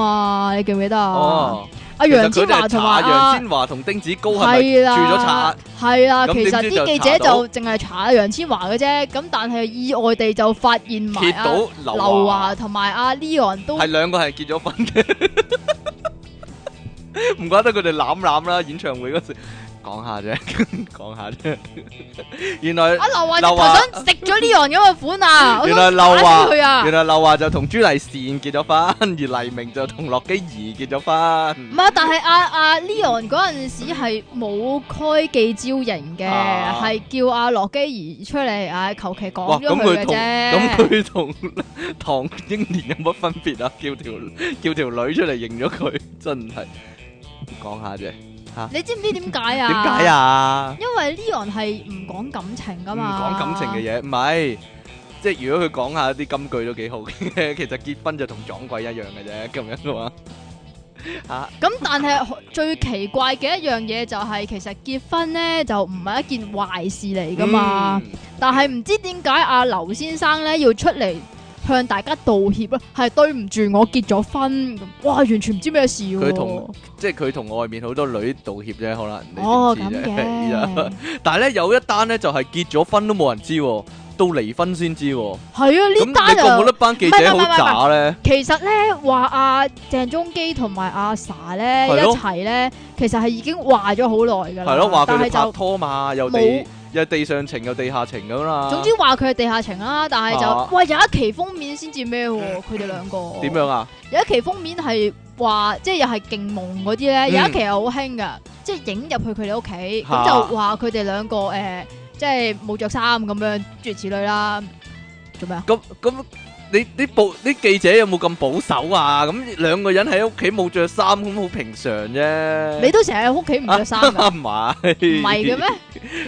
嘛，你記唔記得啊？
哦，
阿楊千嬅
其實佢哋係
同
查
埋啊阿
楊千嬅同丁子高係咪
係啦，
住咗查？
係啦，
咁
其實
點知就
啲記
查
者
到
就淨係查楊千嬅嘅啫，咁但係意外地就發現埋
揭到
啊
劉
劉
華
華同埋阿 Leon 都
係兩個係結咗婚 嘅，唔怪得佢哋攬攬啦！演唱會嗰時講下啫， 講下啫。原來
阿啊劉華直
劉
頭
華
想食咗 Leon 咁嘅 款啊！我
原
想
來劉華
打死佢啊！
原來劉華就同朱麗倩結咗婚，而黎明就同洛基兒結咗婚。
唔係，但係阿阿 Leon 嗰陣時係冇開記招型嘅，
啊
係叫阿洛基兒出嚟，唉，求其
哇！
講咗
咁佢
佢嘅
同咁
啫。
佢同 唐英年有乜分別啊？叫條叫條女出嚟認咗佢，真係講下啫。
你知唔知點解啊？
點解？啊？
因為 Leon 係唔講感情噶
唔
嘛，
講感情嘅嘢，唔係。即係如果佢講下啲金句都幾好嘅， 其實結婚就同撞鬼一樣嘅啫，咁樣嘅話，
咁但係最奇怪嘅一樣嘢就係、其實結婚咧就唔係一件壞事嚟噶嘛。
嗯，
但係唔知點解阿劉先生咧要出嚟向大家道歉啦，係對唔住我結咗婚咁，哇完全唔知咩事喎、
佢同即係佢同外面好多女道歉啫，可能你
哦
點
咁
知啫
嘅，
但係咧有一單咧就係、結咗婚都冇人知、喎，到離婚先知、喎。 咁
係啊呢
你
單
覺唔覺
啊
得，班記者好渣咧？
其實咧話阿鄭中基同埋阿 sa 咧
係
一
咯
齊咧，其實係已經話咗好耐㗎啦，
係咯，話佢
但係
哋拍
就
拖嘛，又地
冇
又地上情又地下情咁啦。
總之話佢係地下情啦，但係就、
啊嗯
喂有一期封面先至咩喎？佢哋兩個
點樣啊？
有一期封面係話即係又係勁夢嗰啲咧，
嗯
有一期係好興噶，即係影入去佢哋屋企，咁、
啊
就話佢哋兩個誒、呃即係冇着衫咁樣，諸如此類啦。做咩啊？
咁咁你啲報啲記者有冇咁保守啊？咁兩個人喺屋企冇着衫咁好平常啫。
你都成日喺屋企唔着衫噶，
啊
唔
唔係
係嘅？咩？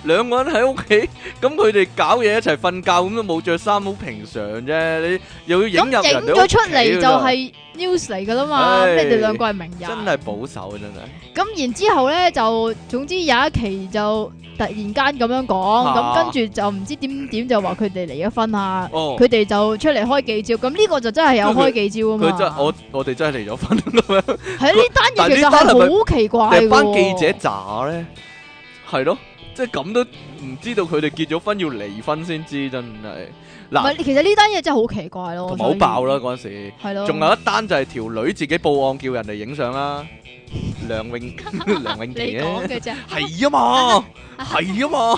兩個人喺屋企，咁佢哋搞嘢一齊瞓覺，咁都冇着衫，好平常啫。你又要
咁
影入人
影
哋屋企
咗出嚟就
㗎啦
係 news 嚟噶啦嘛，
唉
你哋兩個係名
真
人。
係保守啊！真係
咁然之後咧，就總之有一期就突然間咁樣講，咁、
啊
跟住就唔知點點就話佢哋離咗婚啊，
哦
佢。哋、就出嚟開記招，咁呢個就真係有開記招啊嘛。
佢真我我哋真係離咗婚咁樣，
係啊呢單
但
嘢
係
其
呢
實
單係咪
係好奇怪
但係
嘅喎。
班記者渣咧，係咯，即係咁都唔知道佢哋結咗婚要離婚先知，真係
唔係
嗱，，
其實呢單嘢真係好奇怪咯。
同埋好爆啦嗰陣時，
所以，係咯。
仲有一單就係條女自己報案叫人嚟影相啦，梁詠 梁詠
你
琪
講
咧，
嘅啫，
係啊嘛，係啊嘛，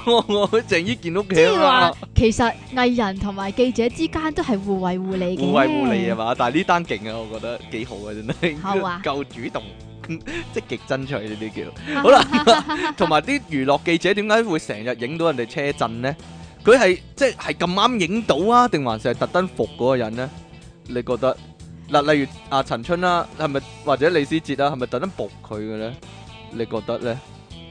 鄭伊健屋企
即係
啊
話
嘛，
其實藝人同埋記者之間都係互惠互利嘅。
互惠互利啊。嘛，但係呢單勁啊，我覺得幾好啊，真
好
係
啊
夠主動，積極爭取呢啲叫。 好啦， 同埋啲娛樂記者點解會成日影到人哋車震呢？佢係即係咁啱影到啊，定還是係特登伏嗰個人呢？你覺得嗱，例如阿陳春啦、係咪或者李思捷啦、係咪特登伏佢嘅呢？你覺得呢？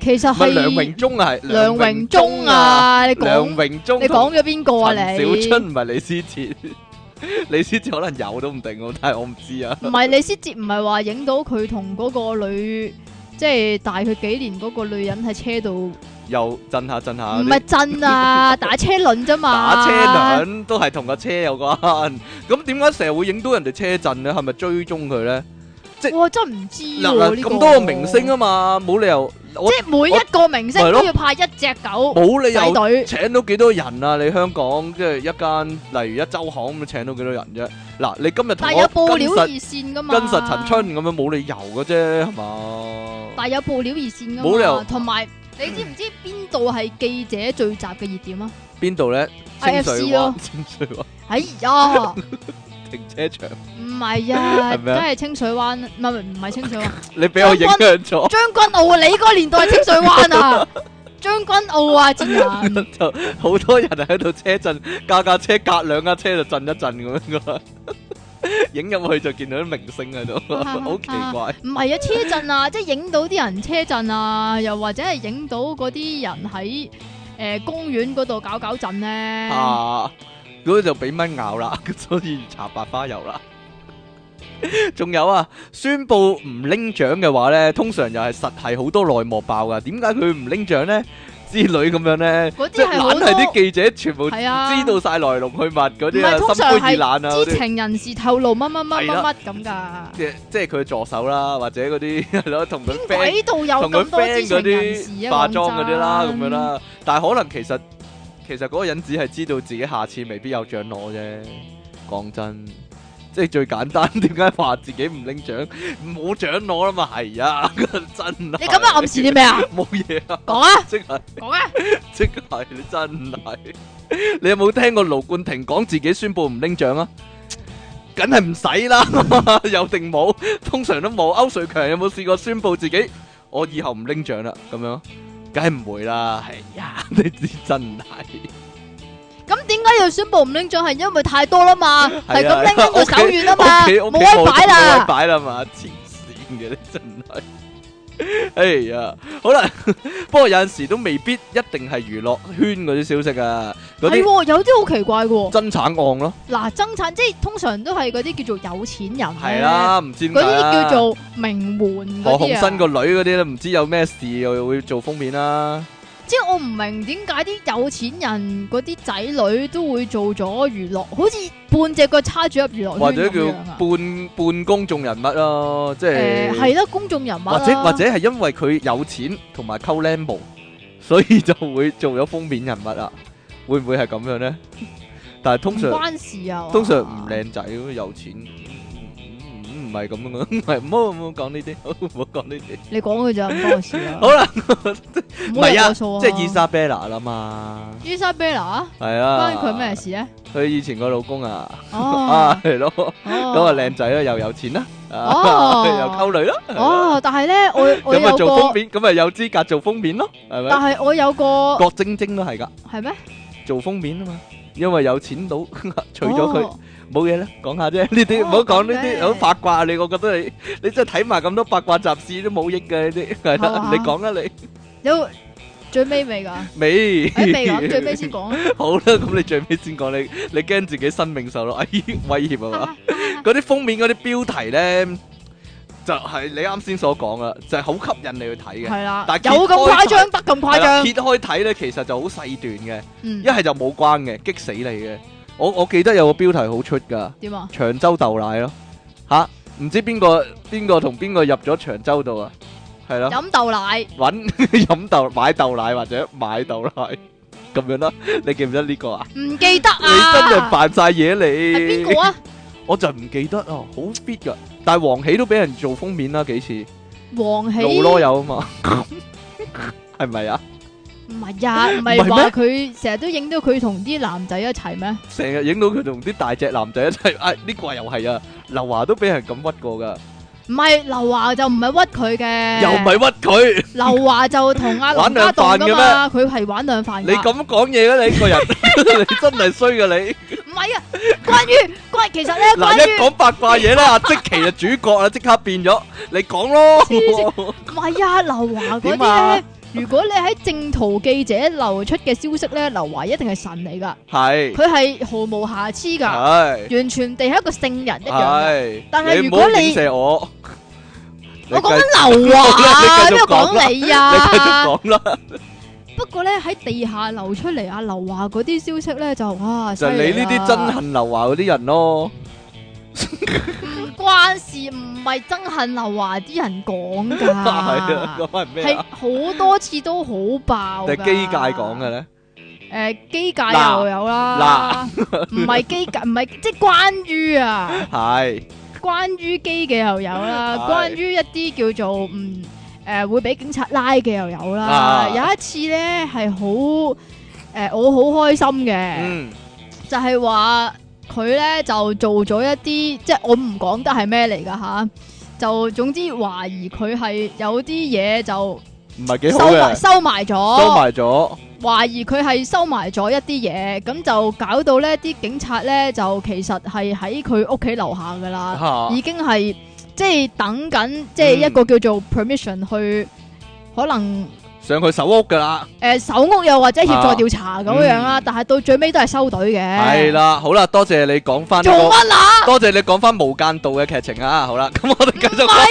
其實
唔係梁
係
榮忠啊，係榮
梁榮忠，啊，你
梁
講
榮忠，
你講咗邊個啊？你
陳小春唔係李思捷， 李思捷可能有都唔定喎，但係我唔知啊。
唔係李思捷，唔係話影到佢同嗰個女，即係大佢幾年嗰個女人喺車度，
又震下震下
唔
啲。
係 真啊，打車輪啫嘛。
打車輪都係同個車有關。咁點解成日會影到人哋車震咧？係咪追蹤佢咧？即
哇真唔知喎
嗱嗱
呢個
咁多個明星啊嘛，冇理由我
即係每一個明星
我
都要派一隻狗
冇理
仔
由
隊，
請到幾多人啊？你香港即係一間，例如一周行咁，請到幾多人啫？嗱，你今日同
但係有
我
報
跟
料
實
熱線噶嘛？
跟實陳，春咁樣，冇理由嘅啫，係嘛？
但係有報料熱線噶嘛？
冇理由
同埋你知唔知邊度係記者聚集嘅熱點啊？
邊度咧？清
IFC
水
咯
灣， 清水灣
哎呀，
停車場，
唔係啊，
係咩啊
梗係清水灣，唔係唔係清水灣，
你俾我影響咗，
將軍澳啊！你嗰個年代係清水灣啊， 將軍澳啊，真人
好多人喺度車震，架架車隔兩架車就震一震咁樣噶， 影入去就見到啲明星 喺度，好奇怪。
唔係啊，車震啊，即係影到啲人車震啊，又或者係影到嗰啲人喺誒公園嗰度搞搞震咧。
啊，嗰個就俾蚊咬啦， 所以搽白花油啦。 仲有啊，宣布唔拎獎嘅話呢，通常又係實係好多內幕爆噶。點解佢唔拎獎呢？之類咁樣呢，
嗰啲
即係
係好
懶
多
係啲記者全部知
係啊
道晒來龍去脈嗰啲
唔係
啊，
通
心
常
灰意
係
冷啊嗰
知
啲，
情人士透露乜乜乜
係
乜
啦
乜咁噶。
即即係佢助手啦，或者嗰啲 係咯，同佢 friend
鬼度有
同佢
咁多知
friend 嗰
情人士
啲
啊！
化
講
妝
真
嗰啲啦，咁樣。啦。但係可能其實其實嗰個人只係知道自己下次未必有獎攞啫。講真，即係最簡單，點解話自己唔拎獎冇獎攞啦嘛？係啊， 真係
你咁樣暗示啲咩啊？
冇嘢啊，
講啊，
即係
講啊！
即係你真係。你有冇聽過盧冠廷講自己宣布唔拎獎啊？梗係唔使 啦，有定冇？通常都冇。歐瑞強有冇試過宣布自己我以後唔拎獎啦？咁樣，梗係唔會啦。係 呀，你知真係
咁點解要宣布唔拎獎？係因為太多啦嘛，係
啊
咁拎拎個手軟啊嘛，
屋企屋企
冇位擺
冇位
啦。
擺啦嘛，黐線嘅你真係。哎呀，好 啦，不過有陣時都未必一定係娛樂圈嗰啲消息啊，嗰
係
啲
喎，有啲好奇怪嘅喎。
爭產案咯，
嗱，爭產即係通常都係嗰啲叫做有錢人呢
係，啦，唔知點
嗰
解
啲
啦
啊叫做名媛
何
嗰
鴻
啲
燊
啊。
個女嗰啲咧，唔知有咩事又會做封面啦。
即係我唔明點解啲有錢人嗰啲仔女都會做咗娛樂，好似半隻腳叉住入娛樂
或
圈
者
咁
叫
樣啊。
半半公眾人物咯，即
誒
係
係啊啦，公眾人物
或
啦
者或者係因為佢有錢同埋溝靚模， 所以就會做咗封面人物啦。會唔會係咁樣咧？但係通
唔
常
關事啊，
通常唔靚仔咯，有錢唔唔係咁樣， 唔係唔好唔好講呢啲， 唔好講呢啲。
你講佢就唔關我事 啊。
好啦，
唔
唔
好
係
理
啊，
我數啊。
即係伊莎貝娜啦嘛，
Isabella
係啊。
關佢咩？事咧？
佢以前個老公啊，啊
哦，
係咯。咁啊
哦，
靚仔啦，又有錢啦，啊
哦
又溝女啦，
哦，但係咧，我我
咁啊
有
做封
個，
面，咁啊有資格做封面咯，係
但
咪？
係我有個
郭晶晶都係噶，
係咩？
做封面啊嘛，因為有錢 佬除咗佢
哦，
冇嘢啦，講下啫，呢啲唔
哦
好講呢
咁
啲
嘅
好八卦，你我覺得你你真係睇埋咁多八卦雜誌都冇益嘅呢 啲，係
好
啦
啊，
你講啦你
有最尾未 㗎？
未
誒未咁，最 尾先講啊。
好啦，咁你最尾先講你你驚自己生命受到 威威脅
À.
啊嘛？嗰啲封面嗰啲標題咧，就係你啱先所講啦，就係好吸引你去睇嘅。
係啦，
但係
有咁誇
揭
張，得咁誇
係啦
張
揭。開睇咧，其實就好細段嘅，
嗯
一，係就冇關嘅，激死你嘅。我我記得有個標題好出㗎，
點啊？
長洲豆奶咯，吓、唔知邊個邊個同邊個入咗長洲度啊？係咯，
飲豆奶
揾 飲豆買豆奶或者買豆奶咁樣啦。你記唔記得呢個啊？
唔記得
你真係
啊？
扮晒嘢你。
係邊個啊？
我就唔記得啊，好 fit 噶。但係黃喜都俾人做封面啦幾次，
黃喜
老啰柚啊 嘛，係咪啊？
唔係啊？唔
唔係
係
咩
話佢成日都影到佢同啲男仔一齊咩？
成日影到佢同啲大隻男仔一齊，啊呢個又係啊，劉華都俾人咁屈過噶，
唔係劉華就唔係屈佢嘅，
又唔係屈佢，
劉華就同阿林家棟噶嘛，佢係玩兩飯
你
㗎。
咁講嘢嘅你個人，你真係衰噶你。
唔係啊，關於關其實咧，
嗱
關
一
於
講八卦嘢咧，阿即奇就主角啦，即刻變咗，你講咯。
唔係啊，劉華嗰
點
啲
啊
咧，如果你喺正途記者流出嘅消息咧，劉華一定係神嚟㗎，
係
佢係毫無瑕疵
啊
㗎，
係
完全地係一個聖人一樣㗎。
係，
但係
你
如
唔好
果你
影射我。
我講
你
緊劉華，
你繼
邊
續
度
講啦
講你
繼你繼續
啊？
講啦。
不過咧喺地下流出嚟啊阿劉華嗰啲消息咧，就哇，
就係
犀利啊
你呢啲
啦
憎恨劉華嗰啲人咯，
唔關事，唔係憎恨劉華啲人 講
係啊，
㗎，
咁係咩
係
啊？
好多次都好爆
定
㗎。
係機界講嘅咧？
诶，呃機界又有啦，唔係機界，唔係即系关于啊。
係
關於機嘅又有啦，
係
關於一啲叫做嗯誒、呃、會俾警察拉嘅又有啦。
啊
有一次咧係好誒，呃我好開心嘅，
嗯
就係話佢咧就做咗一啲，即係我唔講得係咩嚟㗎吓。就總之懷疑佢係有啲嘢就
唔係幾好
收埋
嘅，
收埋
收
咗，
埋咗
懷疑佢係收埋咗一啲嘢，咁就搞到呢啲警察咧就其實係喺佢屋企樓下㗎啦。
嚇
已經係即係等緊，即係一
嗯
個叫做 permission 去可能
上佢首屋㗎啦，
诶、呃搜屋又或者協助調查咁樣啦，但係到最尾都係收隊嘅。
啊嗯係，啦，好啦，多謝你講翻
做
呢個。
乜啊？
多謝你講翻無間道嘅劇情啊！ 好啦，咁我哋繼續
唔
講，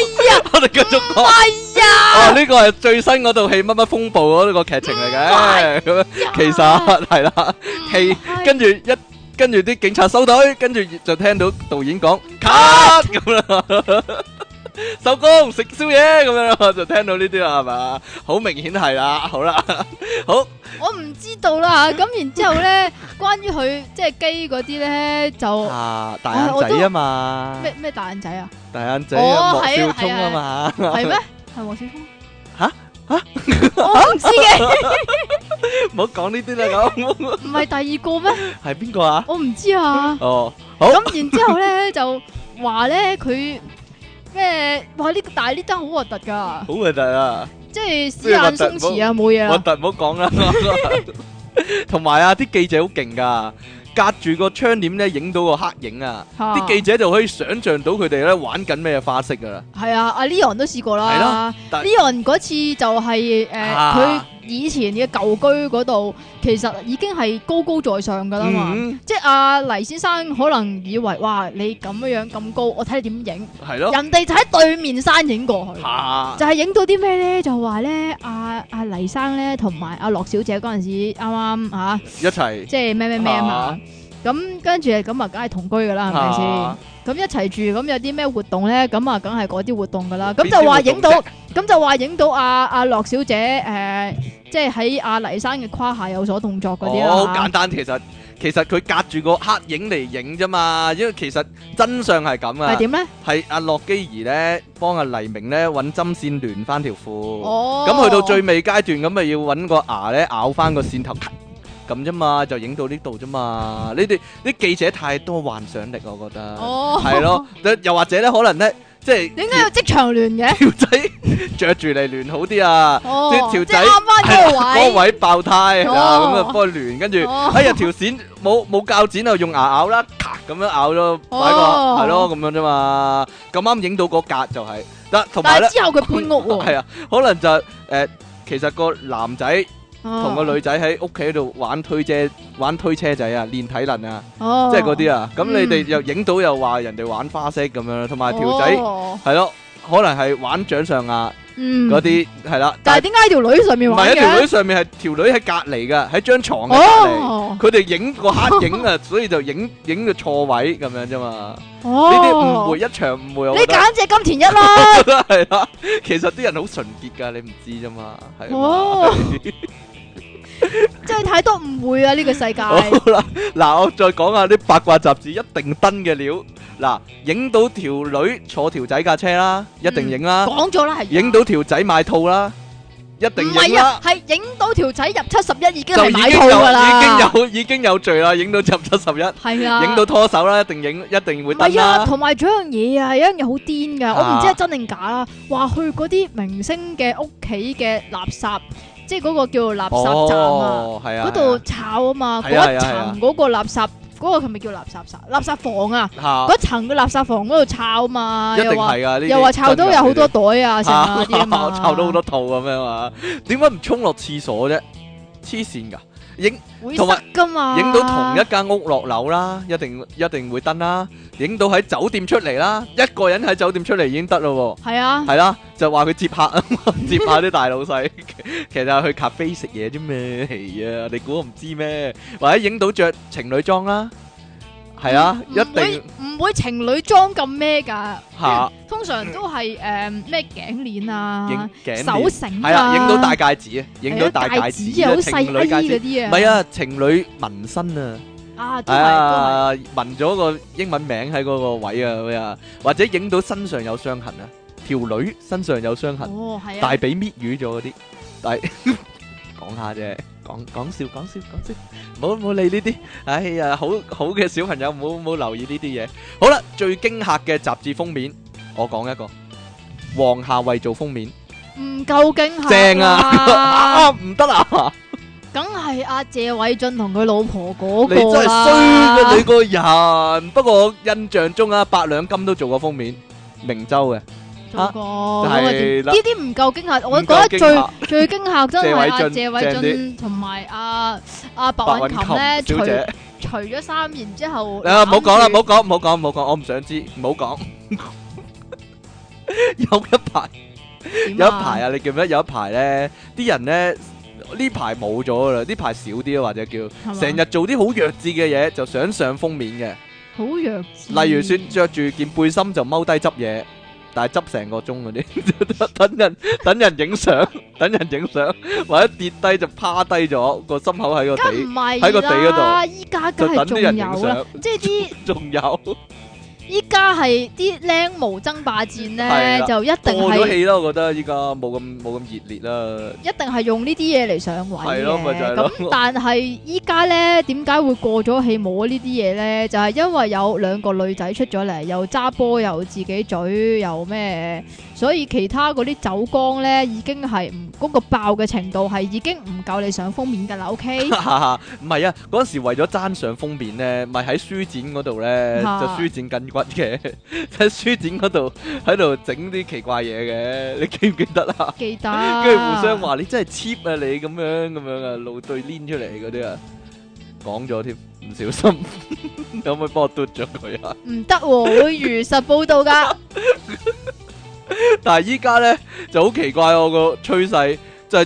我哋繼續講。
係啊，
哦，呢個係最新嗰套戲乜乜風暴嗰個劇情嚟嘅， 咁樣 其實係啦，戲跟住一跟住啲警察收隊，跟住就聽到導演講 cut 咁 啦，收工食宵夜咁樣啦，就聽到呢啲啦，係嘛？好明顯係啦，好啦，好
我唔知道啦。咁然之後咧，關於佢即係基嗰啲咧，就
啊，大
唉我
眼
都
仔啊嘛，
咩咩大眼仔啊，
大眼仔
哦
啊莫
係
少
啊
聰啊嘛。
係咩？係黃小聰？
吓
我唔知嘅，
唔好講呢啲啦，咁
唔係第二個咩？
係邊個啊？
我唔知啊。
哦，好
咁然之後咧就話咧佢咩哇呢但係呢單好核突㗎，
好核突啊！
即係屎眼鬆弛啊冇嘢
核
啦，
突唔好講 啦。同埋啊，啲記者好勁噶，隔住個窗簾咧影到個黑影啊，啲記
嚇
者就可以想像到佢哋咧玩緊咩花式噶啦。
係啊，阿 Leon 都試過
係
啦
啦但
，Leon 嗰次就係誒
啊
佢以前嘅舊居嗰度，其實已經係高高在上㗎啦嘛。
嗯，
即係阿黎先生可能以為哇，你咁樣樣咁高，我睇你點影。
係 咯，
人哋就喺對面山影過去，
嚇
就係影到啲咩咧？就話咧，阿阿黎生咧同埋阿樂小姐嗰陣時，啱啱嚇。啊
一齊
即係咩咩咩啊
啊
嘛。咁跟住咁啊，梗係同居噶啦，係咪
啊
先？咁一齊住，咁有啲咩活動咧？咁啊，梗係嗰啲活動噶啦。咁
邊啲
就話
活動
影到
啫，
咁就話影到阿阿樂小姐誒、呃即係喺阿黎生嘅胯下有所動作嗰啲啊
哦，好
啦
簡。單，其實其實佢隔住個黑影嚟影啫嘛，因為其實真相係咁
係
啊，
點咧？
係阿洛基兒咧幫阿黎明咧揾針線聯翻條褲。
哦，
咁去到最尾階段，咁咪要揾個牙咧咬翻個線頭，咔咁啫嘛，就影到呢度啫嘛。你哋啲記者太多幻想力，我覺得
哦，
係咯。又或者咧，可能咧，即係
點解有職場聯嘅？
條仔 着住嚟亂好啲啊，
哦，
條
即
仔
係啱翻嗰
嗰
個位。
位爆胎係啦，
哦
咁啊幫佢亂，跟住
哦
哎呀條線冇冇鉸剪啊，用牙咬啦，咔咁樣咬咗，擺個
哦
係咯咁樣啫嘛。咁啱影到嗰格就係得，同埋
但
咧
係之後 佢搬屋喎，
係啊，可能就誒其實個男仔。同個女仔喺屋企度玩推車，玩推車仔啊，練體能啊，
哦，
即係嗰啲啊。咁你哋
嗯
又影到又話人哋玩花式咁樣，同埋條仔
哦
係咯，可能係玩掌上壓
嗯
嗰，啲係啦。
但係點解條女上面
唔
玩
係
嘅？
一條女上面係條女喺隔離㗎，喺張床嘅隔離。
哦，
佢哋影個黑影 啊，所以就影影個錯位咁樣啫嘛。
哦，
呢啲誤會一場誤會，我
你
覺得
簡直金田一啦！
係啦。其實啲人好純潔㗎，你唔知啫嘛。係嘛
哦，真係太多誤會啊！呢、個世 界
好啦，嗱，我再講下啲八卦雜誌一定登嘅料。嗱，影到條女坐條仔架車啦，一定影啦；
講咗啦，係
影到條仔買套啦，一
唔
定影
係啊
啦。？
係影到條仔入七十一已經
就
係
已
買
經
套㗎啦，
有已經有已經有罪啦，影到入七十一，
係啊，
影到拖手啦，一定影一定
唔
會登
係啊，
啦。
同埋仲有一樣嘢啊，有一樣嘢好癲㗎，我唔知
啊
係真定假啦。話去嗰啲明星嘅屋企嘅垃圾，即係嗰個叫做垃圾站啊，
哦，係啊，
嗰度炒啊嘛，
係啊
嗰一
係啊
層嗰個垃圾，嗰個係咪叫垃圾站？垃圾房啊，
嚇，
嗰層嘅垃圾房嗰度炒嘛，
一定
又話
係㗎。呢啲
又話抄到有好多
真㗎
袋啊，成啊
呢
啲啊嘛，
啲抄到好多套咁樣啊？點解唔衝落廁所啫？黐線㗎，影。
會塞噶嘛，
影到同一間屋落樓啦，一定一定會登啦。影到喺酒店出嚟啦，一個人喺酒店出嚟已經得咯
係啊
喎。，係啦，就話佢接 客啊嘛，接下啲大老 細，其實係去咖啡食 à, 嘢啫咩？係啊，你估我唔知咩？或者影到着情侶裝啦，係啊，
唔
一定
會唔會情侶裝咁咩㗎？
嚇
通常都係诶咩頸鏈
影
啊、
頸
手
鏈，
繩
係啊，影到
大
大戒指啊，影到大戒指啊，
啊，好
情侶
細
戒
嗰
指，
啲啊，
唔係，啊，情侶紋身啊。
啊都係都係。
啊，紋咗個英文名喺嗰個位啊，咩啊，或者影到身上有傷痕啊，條女身上有傷痕，
哦，係啊
大，髀搣瘀咗嗰啲， 但係講下啫，講講笑講笑講笑，唔好唔好理呢啲，哎呀，好好嘅小朋友唔好唔好留意呢啲嘢。好啦，最驚嚇嘅雜誌封面，我講一個，黃夏蕙做封面，
唔夠驚嚇，
正啊 啊，唔得啦，
梗係阿謝偉俊同佢老婆嗰
你真
個
係
啦，
衰過你個人。不過我印象中啊，八兩金都做過封面，明州嘅。
做過
啊
嗰個點
係啦
呢啲唔夠驚嚇，我
唔
覺
夠
得
驚嚇
最最驚嚇真係
謝
阿
偉
謝
俊
偉
正
俊同埋阿阿白
白韻
韻琴咧，
琴
除
小姐
除咗衫，然之後
啊，唔好講啦，
攬
唔
住
好講，唔好講，唔 好講，我唔想知，唔好講。有一排，
點
有一排啊！你記唔記得有一排咧？啲人咧呢排冇咗噶啦，呢排少啲啊，或者叫
係嘛
成日做啲好弱智嘅嘢，就想上封面
好弱智，
嘅。例如說着住件背心就踎低執嘢，但係執成個鐘嗰啲， 等人等人影相，等人影相，或者跌低就趴低咗，個心口喺個
梗唔
地，
係
喺個地嗰度
啦，依家梗
就
係
等
仲
啲人影
有啦，
相。
即係啲。
仲有
依家係啲僆模爭霸戰
係
咧
啦，
就一定
過咗
係
氣啦，我覺得依家冇咁冇咁熱烈啦。
一定係用呢啲嘢嚟上位
係
嘅。
咯咪就係咯
咁但係依家咧，點解會過咗氣冇呢啲嘢咧？就係、因為有兩個女仔出咗嚟，又揸波，又自己嘴，又咩，所以其他嗰啲走光咧已經係唔嗰個爆嘅程度係已經唔夠你上封面㗎啦。OK，
唔係啊，嗰陣時為咗爭上封面咧，咪喺書展嗰度咧就
嚇
書展筋骨嘅，喺書展嗰度喺度整啲奇怪嘢嘅，你記唔記得啊？
記得。
跟住互相話你真係 cheap 啊，你咁樣咁樣啊，露對攣出嚟嗰啲啊，講咗添，唔小心， 你可唔可以幫我嘟咗佢啊？
唔得喎，會如實報導㗎。
但係依家咧就好奇怪，我個趨勢就係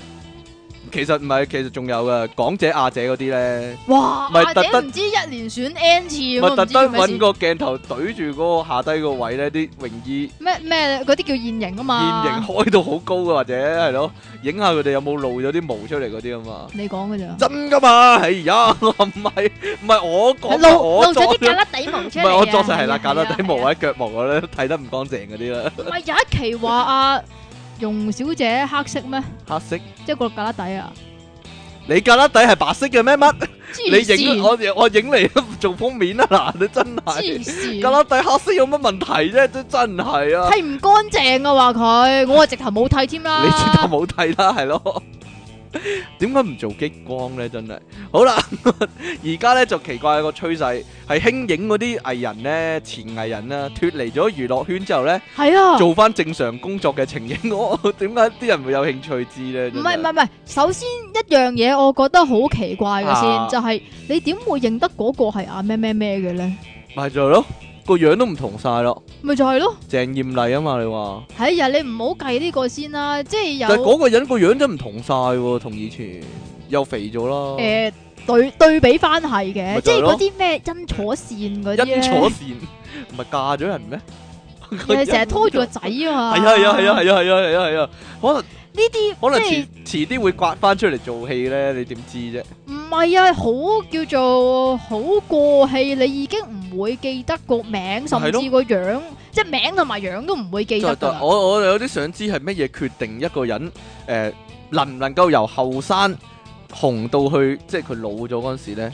其實唔係，其實仲有噶港姐、亞姐嗰啲咧，
哇！
咪
阿
特
姐
登
唔知一連選 N 次咁
咪
啊，
特
唔知做
登
咩
揾
事
個鏡頭懟住嗰個下低個位咧，啲泳衣
咩咩嗰啲叫現形啊
現
嘛，
形開到好高嘅，或者係咯，影下佢哋有冇露咗啲毛出嚟嗰啲啊嘛。
你講嘅咋？
真噶嘛？哎呀，唔係唔係我講㗎，
露
我
露咗
作
啲
唔
格粒底毛出嚟啊
係我作就係啦，
係啊
隔得底毛
係啊
或者腳毛我咧睇得唔乾淨嗰啲啦，
唔係有一期話阿容小姐黑色咩？
黑色。
即係個格粒底啊？
你隔得底係白色嘅咩乜？你
黐
影
線！
我我影嚟 做封面啊！嗱，你真
黐
係格
線！
拉底黑色有乜問題啫？真真係啊！
係唔乾淨啊！話佢，我啊直頭冇剃添啦。
你知道冇睇啦，係咯？點解唔做激光咧？真係好啦， 而家咧就奇怪個趨勢係興影嗰啲藝人咧，前藝人啦，脱離咗娛樂圈之後咧，
係啊？
做翻正常工作嘅情形， 我點解啲人會有興趣知咧？真
唔係唔係
係
唔係，首先一樣嘢，我覺得好奇怪嘅
啊
先，就係你點會認得嗰個係阿咩咩咩嘅咧？
咪就係咯，個樣都唔同晒咯，
咪就係咯，
鄭豔麗啊嘛，你話？
係呀，你唔好計呢個先啦，即係
但係
有。
嗰個人個樣真係唔同晒喎，同以前又肥咗啦。
诶、對对比翻係嘅，
哦就
即
係
係
咯
嗰啲咩因坐線嗰
因
啲咧，
坐線唔係嫁咗人 咩？
你成日拖住個仔啊 嘛。
係啊係啊係啊係啊係啊係啊係啊，可能
呢啲
可能遲
即
遲啲會刮翻出嚟做戲咧，你點知啫？
唔係啊，好叫做好過氣，你已經唔會記得個名，甚
係咯
至個樣，即係名同埋樣都唔會記
就
得
就哦
噶啦。
我我有啲想知係乜嘢決定一個人誒能唔能夠由後生紅到去，即係佢老咗嗰陣時咧。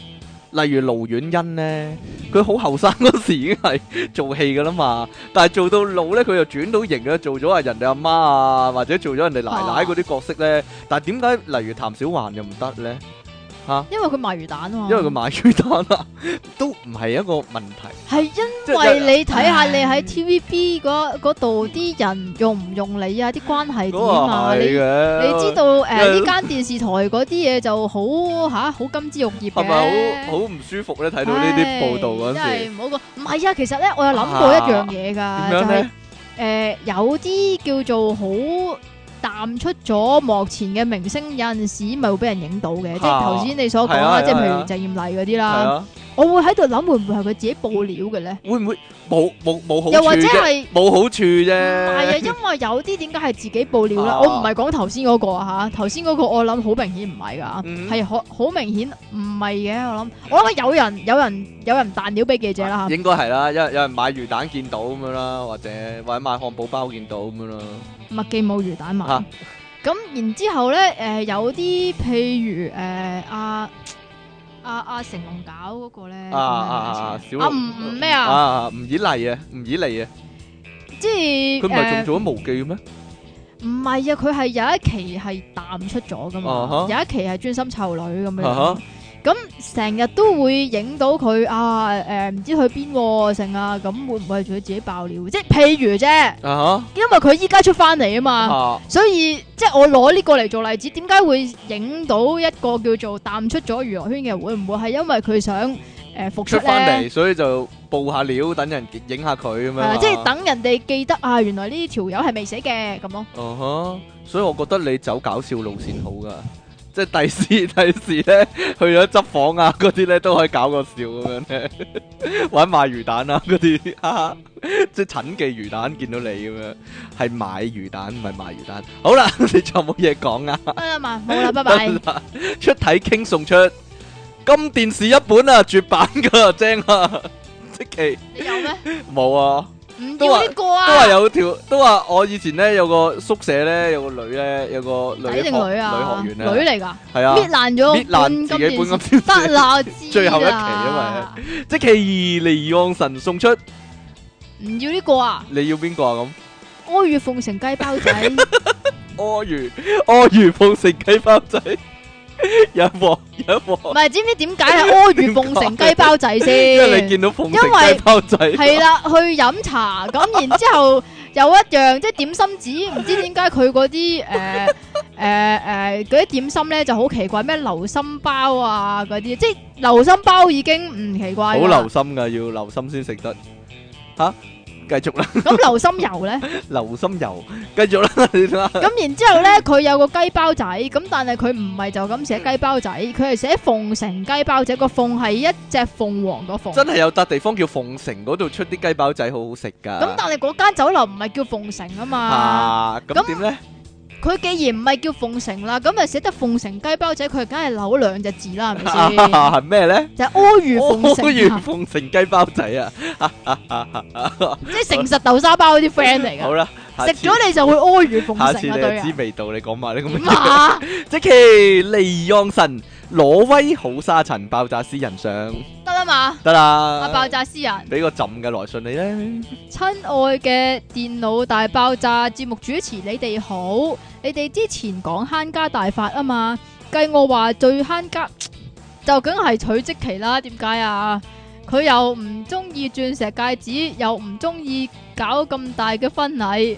例如盧遠欣咧，佢好後生嗰時已經係做戲噶啦嘛，但係做到老咧，佢又轉到型啦，做咗啊人哋阿媽啊，或者做咗人哋奶奶
哦
嗰啲角色咧。但係點解例如譚小環又唔得咧？
因為佢賣魚蛋啊嘛，
因為佢買魚蛋啦，啊都唔係一個問題。
係因為你睇下你喺 TVB 嗰嗰度啲人用唔用你啊，啲關係點啊，
嗰個係
你
嘅，
你知道呃
因為
誒呢間電視台嗰啲嘢就好吓，好金枝玉葉
係
嘅，
咪好好唔舒服咧？睇到呢啲報道嗰陣
唉真係
時，
唔好講。唔係啊，其實咧我有諗過一樣嘢㗎，
啊點樣
就係、
咧？
誒、有啲叫做好淡出咗幕前嘅明星，有陣時咪會俾人影到嘅，即係
啊
頭先你所講
係啊係啊
啦，即係譬
係啊
如鄭豔麗嗰啲
係
啦。
啊，
我會喺度諗會唔會係佢自己報料嘅咧？
會唔會冇冇冇好
又或
處
者
啫？
係
冇好處
唔係啊？
啫。
因為有啲點解係自己報料咧？
啊
我唔係講頭先嗰個啊吓，頭先嗰個我諗好明顯唔係噶，
嗯
係好好明顯唔係嘅。我諗我諗有人有人有人彈料俾記者啦 吓，
應該係啦，有有人買魚蛋見到咁樣啦，或者或者買漢堡包見到咁樣啦。
麥記冇魚蛋
啊
賣。咁然之後咧，誒有啲譬如誒阿阿阿成龍搞嗰個咧，
啊啊啊！小
啊
龍
唔唔咩啊，
啊吳以麗啊，吳以麗啊，
即係
佢唔係仲
誒
做咗無記嘅咩？
唔係啊，佢係有一期係淡出咗噶嘛
啊哈
有一期係專心湊女咁樣。
啊哈
咁成日都會影到佢啊誒，唔知去邊喎成啊，咁會唔會係佢自己爆料？即係譬如啫，
啊
因為佢依家出翻嚟
哈
啊嘛，
啊！
所以即係我攞呢個嚟做例子，點解會影到一個叫做淡出咗娛樂圈嘅？會唔會係因為佢想誒、呃、復出
出翻
咧？
嚟，所以就報下料，等人影下佢咁樣
係啊
啊。
即係等人哋記得啊，原來呢條友係未死嘅 咁咯。
嗯哼，所以我覺得你走搞笑路線好噶， 即係第時 第時咧去咗執房啊嗰啲咧都可以搞個笑咁樣咧， 玩賣魚蛋啊嗰啲， 哈哈即係陳記魚蛋見到你咁樣，係買魚蛋唔係賣魚蛋。好啦， 你仲有冇嘢講啊？
得啦嘛，冇 啦，拜拜。
出體傾送出金電視一本啊，絕版噶，正啊！ 即期
你有咩？
冇啊。
唔
都話
要呢個啊！
都話有條，都話我以前咧有個宿舍咧有個女咧有個女
仔定
學
女啊？
女學員
女
咧
嚟噶，
係啊，
搣爛咗
搣爛自己本
本金
金
電視得啦，我知啦
最後一期啊嘛即其尼昂神送出，
唔要呢個啊！
你要邊個啊
阿諛奉承雞 包仔，
咁？阿如 阿如奉承雞包仔， 有一鑊有一
唔
鑊，
係知唔知點解係阿諛奉承雞包仔
因為
先
你？見到奉承
因為
雞包仔，
係啦，去飲茶咁，然之後 有一樣即係點心紙，唔知點解佢嗰啲誒誒誒嗰啲點心咧就好奇怪，咩流心包啊嗰啲，即係流心包已經唔奇怪
好
㗎啦
留心噶，要留心先食得。吓，繼續啦，
咁流心油咧？
留心油，繼續啦，你睇下
咁然之後咧，佢有個雞包仔，咁但係佢唔係就咁寫雞包仔，佢係寫鳳城雞包仔，個鳳係一隻鳳凰個鳳。
真係有笪地方叫鳳城嗰度出啲雞包仔，好好食噶。
咁但係嗰間酒樓唔係叫鳳城啊嘛，
啊，
咁
咁點咧？
佢既然唔係叫鳳城啦，咁咪寫得鳳城雞包仔，佢梗係扭兩隻字啦，係咪先？
係 咩咧？
就係阿諛 奉承啊，
奉承雞包仔啊！
即係誠實豆沙包嗰啲 friend 嚟
好
㗎。
啦，下
食
次
咗你就會阿諛奉
下次
承
你
啊，對
就
啊
知。味道，你講埋你咁
點
樣。
啊？
即其利昂神挪威好沙塵爆炸私人相
得 啦嘛，
得
阿爆
啦，
炸詩人。
俾個朕嘅來信你咧。
親愛嘅電腦大爆炸節目主持，你哋好。你哋之前講慳家大法啊嘛，計我話最慳家就梗係取積淇啦。點解啊？佢又唔中意鑽石戒指，又唔中意搞咁大嘅婚禮，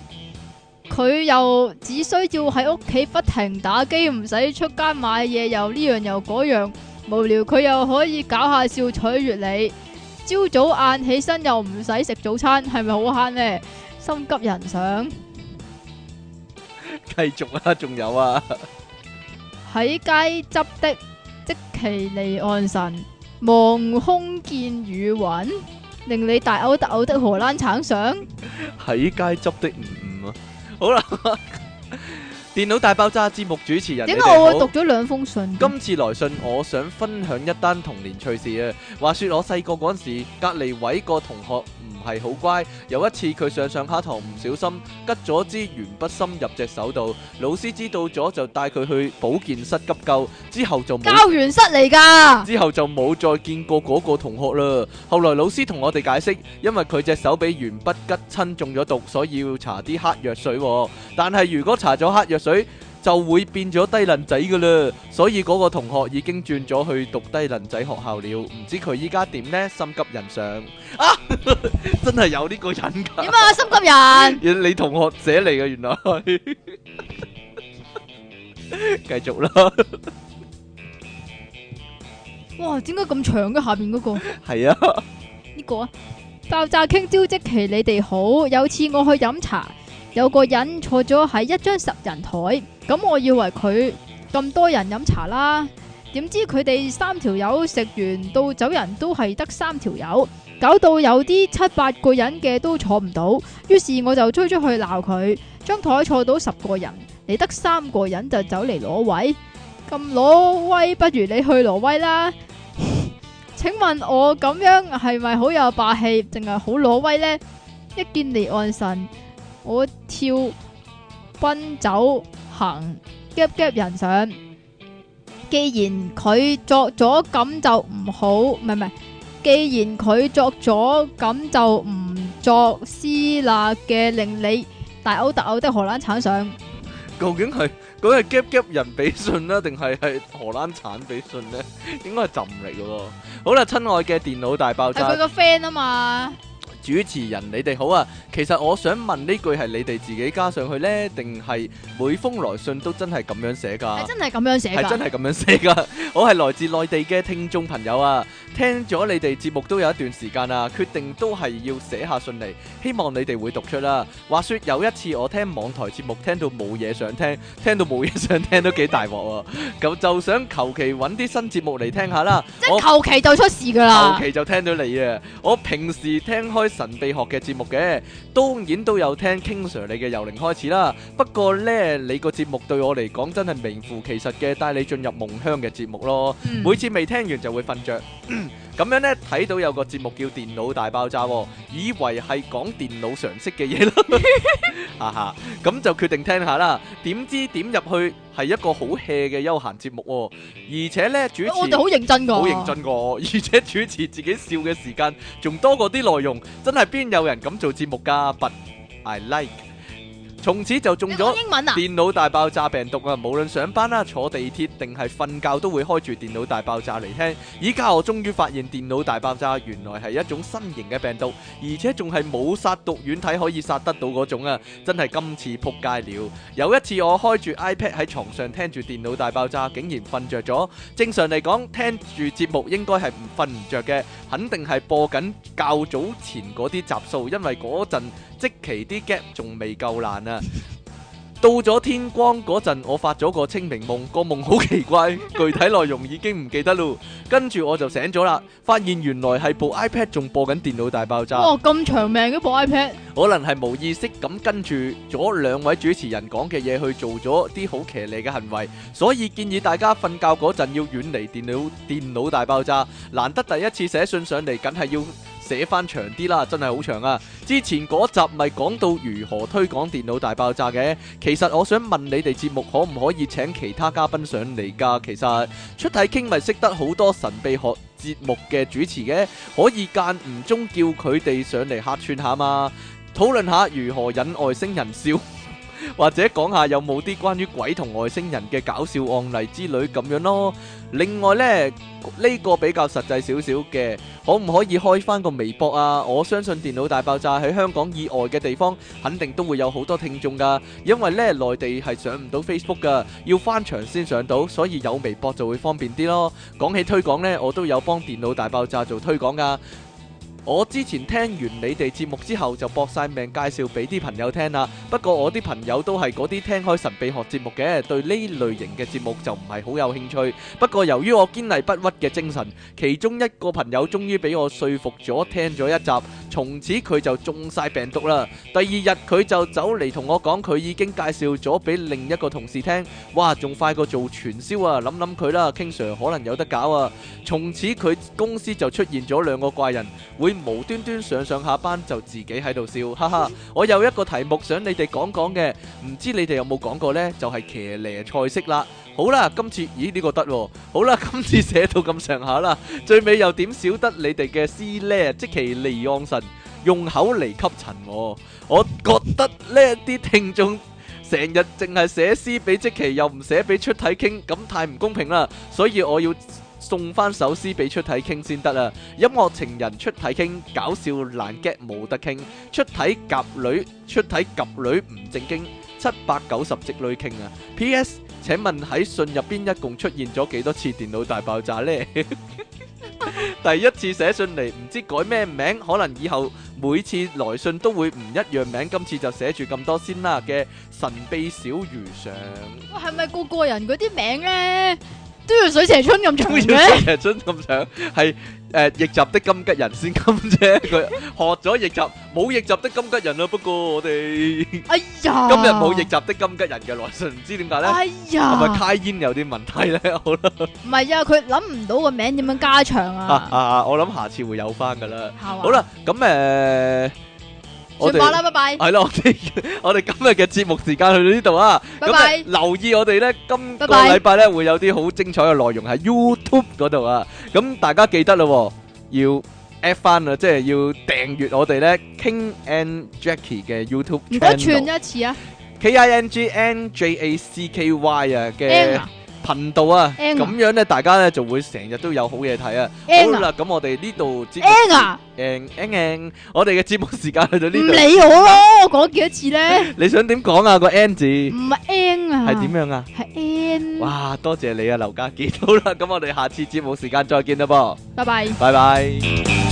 佢又只需要喺屋企不停打機，唔使出街買嘢，又呢樣又嗰樣，無聊佢又可以搞下笑取悦你。朝早晏起身又唔使食早餐，係咪好慳呢？心急人上
繼續啦， 仲有啊，
喺街執的，即其離岸神望空見雨雲，令你大嘔特嘔的荷蘭橙上。
喺街執的唔唔啊。好啦，電腦大爆炸節目主持人，
點
你
解我
哋
會
好
讀咗兩封信？
今次來信，我想分享一單童年趣事啊！話說我細個嗰陣時，隔離位個同學唔係好乖，有一次佢上上下堂唔小心拮咗支鉛筆芯入隻手度，老師知道咗就帶佢去保健室急救，之後就冇。
教員室嚟 噶，
之後就冇再見過嗰個同學啦。後來老師同我哋解釋，因為佢隻手俾鉛筆吉親中咗毒，所以要搽啲黑藥水、喎。但係如果搽咗黑藥水，就會變咗低能仔噶啦。所以嗰個同學已經轉咗去讀低能仔學校了。唔知佢依家點呢？心急人上啊！真係有呢個人㗎。
點啊？心急人，
原你同學寫嚟嘅，原來係繼續啦，
哇！點解咁長嘅下邊嗰個？
係啊，
呢個啊，爆炸傾朝即期你哋好。有次我去飲茶，有個人坐咗喺一張十人台，咁我以為佢咁多人飲茶啦，點知佢哋三條友食完到走人都係得三條友，搞到有啲七八個人嘅都坐唔到。於是我就追出去鬧佢，張台坐到十個人，你得三個人就走嚟攞位，咁攞威不如你去挪威啦。請問我咁樣係咪好有霸氣，定係好攞威呢？一見離岸神，我跳奔走行夾夾人上。既然佢作咗咁就唔好，唔係唔係。既然佢作咗咁就唔作私啦嘅，令你大歐特歐的荷蘭產上。
究竟係嗰係 gap gap 人俾信啦，定係係荷蘭產俾信咧？應該係朕嚟嘅喎。好啦，親愛嘅電腦大爆
係
炸
佢個 friend 啊嘛，
主持人，你哋好啊！其實我想問呢句係你哋自己加上去呢？定係每封來信都真係咁樣寫㗎？
係真係咁樣寫
係真
㗎。
係咁樣寫噶。 我係來自內地嘅聽眾朋友啊，聽咗你哋節目都有一段時間啊啦，決定都係要寫下信嚟，希望你哋會讀出啦。話說有一次我聽網台節目，聽到冇嘢想聽， 聽到冇嘢想聽都幾大鑊啊！咁就想求其揾啲新節目嚟聽下啦。
即
我
係求其就出事㗎
後
啦。
期就聽到你啊！我平時聽開神秘學嘅節目嘅，當然都有聽 King Sir 你嘅由零開始啦。不過呢，你個節目對我嚟講真係名副其實嘅帶你進入夢鄉嘅節目咯。
嗯
每次未聽完就會瞓着。 咁樣呢，睇到有個節目叫《電腦大爆炸》喎，以為係講電腦常識嘅嘢 啦，哈哈！咁就決定聽下啦。點知點入去係一個好 hea 嘅休閒節目喎，而且呢，主持
我哋好認真㗎。
好認真過， 而且主持自己笑嘅時間仲多過啲內容，真係邊有人咁做節目㗎？But I like，從此就中
你
咗
講。英文啊？
電腦大爆炸病毒啊！無論上班啦、坐地鐵定係瞓覺，都會開住電腦大爆炸嚟聽。依家我終於發現電腦大爆炸原來係一種新型嘅病毒，而且仲係冇殺毒軟體可以殺得到嗰種啊！真係今次撲街了。有一次我開住 iPad 喺床上聽住電腦大爆炸，竟然瞓着咗。正常嚟講，聽住節目應該係唔瞓唔着嘅，肯定係播緊較早前嗰啲集數，因為嗰陣即期啲 gap 仲未夠爛啊！到咗天光嗰陣，我發咗個清明夢，個夢好奇怪， 具體內容已經唔記得咯。跟住我就醒咗啦，發現原來係部 iPad 仲播緊電腦大爆炸。
哇，咁長命嘅部 iPad，
可能係無意識咁跟住咗兩位主持人講嘅嘢去做咗啲好騎呢嘅行為，所以建議大家瞓覺嗰陣要遠離電腦電腦大爆炸。難得第一次寫信上嚟，梗係要寫翻長啲啦，真係好長啊！之前嗰集咪講到如何推廣電腦大爆炸嘅，其實我想問你哋節目可唔可以請其他嘉賓上嚟㗎？其實出體傾咪識得好多神秘學節目嘅主持嘅，可以間唔中叫佢哋上嚟客串下嘛。討論下如何引外星人笑， 或者講下有冇啲關於鬼同外星人嘅搞笑案例之類咁樣咯。另外呢，呢個比較實際少少嘅，可唔可以開翻個微博啊？我相信電腦大爆炸喺香港以外嘅地方，肯定都會有好多聽眾噶，因為呢內地係上唔到 Facebook 噶，要翻牆先上到，所以有微博就會方便啲咯。講起推廣呢，我都有幫電腦大爆炸做推廣噶。我之前聽完你哋節目之後，就搏晒命介紹俾啲朋友聽啦。不過我啲朋友都係嗰啲聽開神秘學節目嘅，對呢類型嘅節目就唔係好有興趣。不過由於我堅毅不屈嘅精神，其中一個朋友終於俾我說服咗，聽咗一集，從此佢就中晒病毒啦。第二日佢就走嚟同我講，佢已經介紹咗俾另一個同事聽，哇，仲快過做傳銷啊！諗諗佢啦，King Sir 可能有得搞啊。從此佢公司就出現咗兩個怪人。 會無端端上上下班就自己喺度笑，哈哈！我有一個題目想你哋講講嘅，唔知你哋有冇講過呢？就係騎呢菜式啦。好啦，今次咦呢個得喎，好啦，今次寫到咁上下啦，最尾又點少得你哋嘅師呢？即其離岸神用口嚟吸塵喎，我覺得呢啲聽眾。成日淨係寫詩俾即其，又唔寫俾出體傾，咁太唔公平啦！所以我要送翻首詩俾出體傾先得啦。音樂情人出體傾，搞笑難 get 冇得傾，出體夾女出體夾女唔正經，七百九十積女傾啊！P.S. 請問喺信入邊一共出現咗幾多次電腦大爆炸呢？ 第一次寫信嚟唔知改咩名，可能以後每次來信都會唔一樣名，今次就寫住咁多先啦嘅神秘小魚上。
哇，係咪個個人嗰啲名咧都要水蛇春咁長
à,
嘅，
都要水蛇春咁長，係，誒，逆襲的金吉人先金啫，佢學咗逆襲，冇逆襲的金吉人啊，不過我哋
哎呀，
今日冇逆襲的金吉人嘅來信，唔知點解呢？
哎
À,
呀，
係咪卡煙有啲問題呢？好啦，
唔係啊，佢諗唔到個名點樣加長啊，
à, 啊，我諗下次會有返㗎啦。
係嘛，
好啦，咁，誒，我哋-
算吧啦，拜拜，
係咯，我哋-我哋今日嘅節目時間去到呢度啊。
拜拜。
咁，誒，留意我哋呢，今個
拜拜。
禮拜呢，會有啲好精彩嘅內容喺YouTube嗰度啊。咁大家記得嘞喎，要add返啊，即係要訂閱我哋呢，King and Jackie嘅YouTube
唔該
channel。
串一次啊
K-I-N-G-N-J-A-C-K-Y 啊嘅
，N 啊
頻道啊。
N啊。
咁樣呢，大家呢，就會成日都有好嘢睇啊。
，N 啊
好啦，咁我哋呢度節目
，N 啊，
，N- N- N。我哋嘅節目時間去到呢
唔
度。
理我咯，我講幾 多次咧，
你想點講啊，個 N 字？
唔係 N 啊，
係點樣啊？
係 N，
哇，多謝你啊，劉家傑。好啦，咁我哋下次節目時間再見啦噃，
拜拜。
拜拜。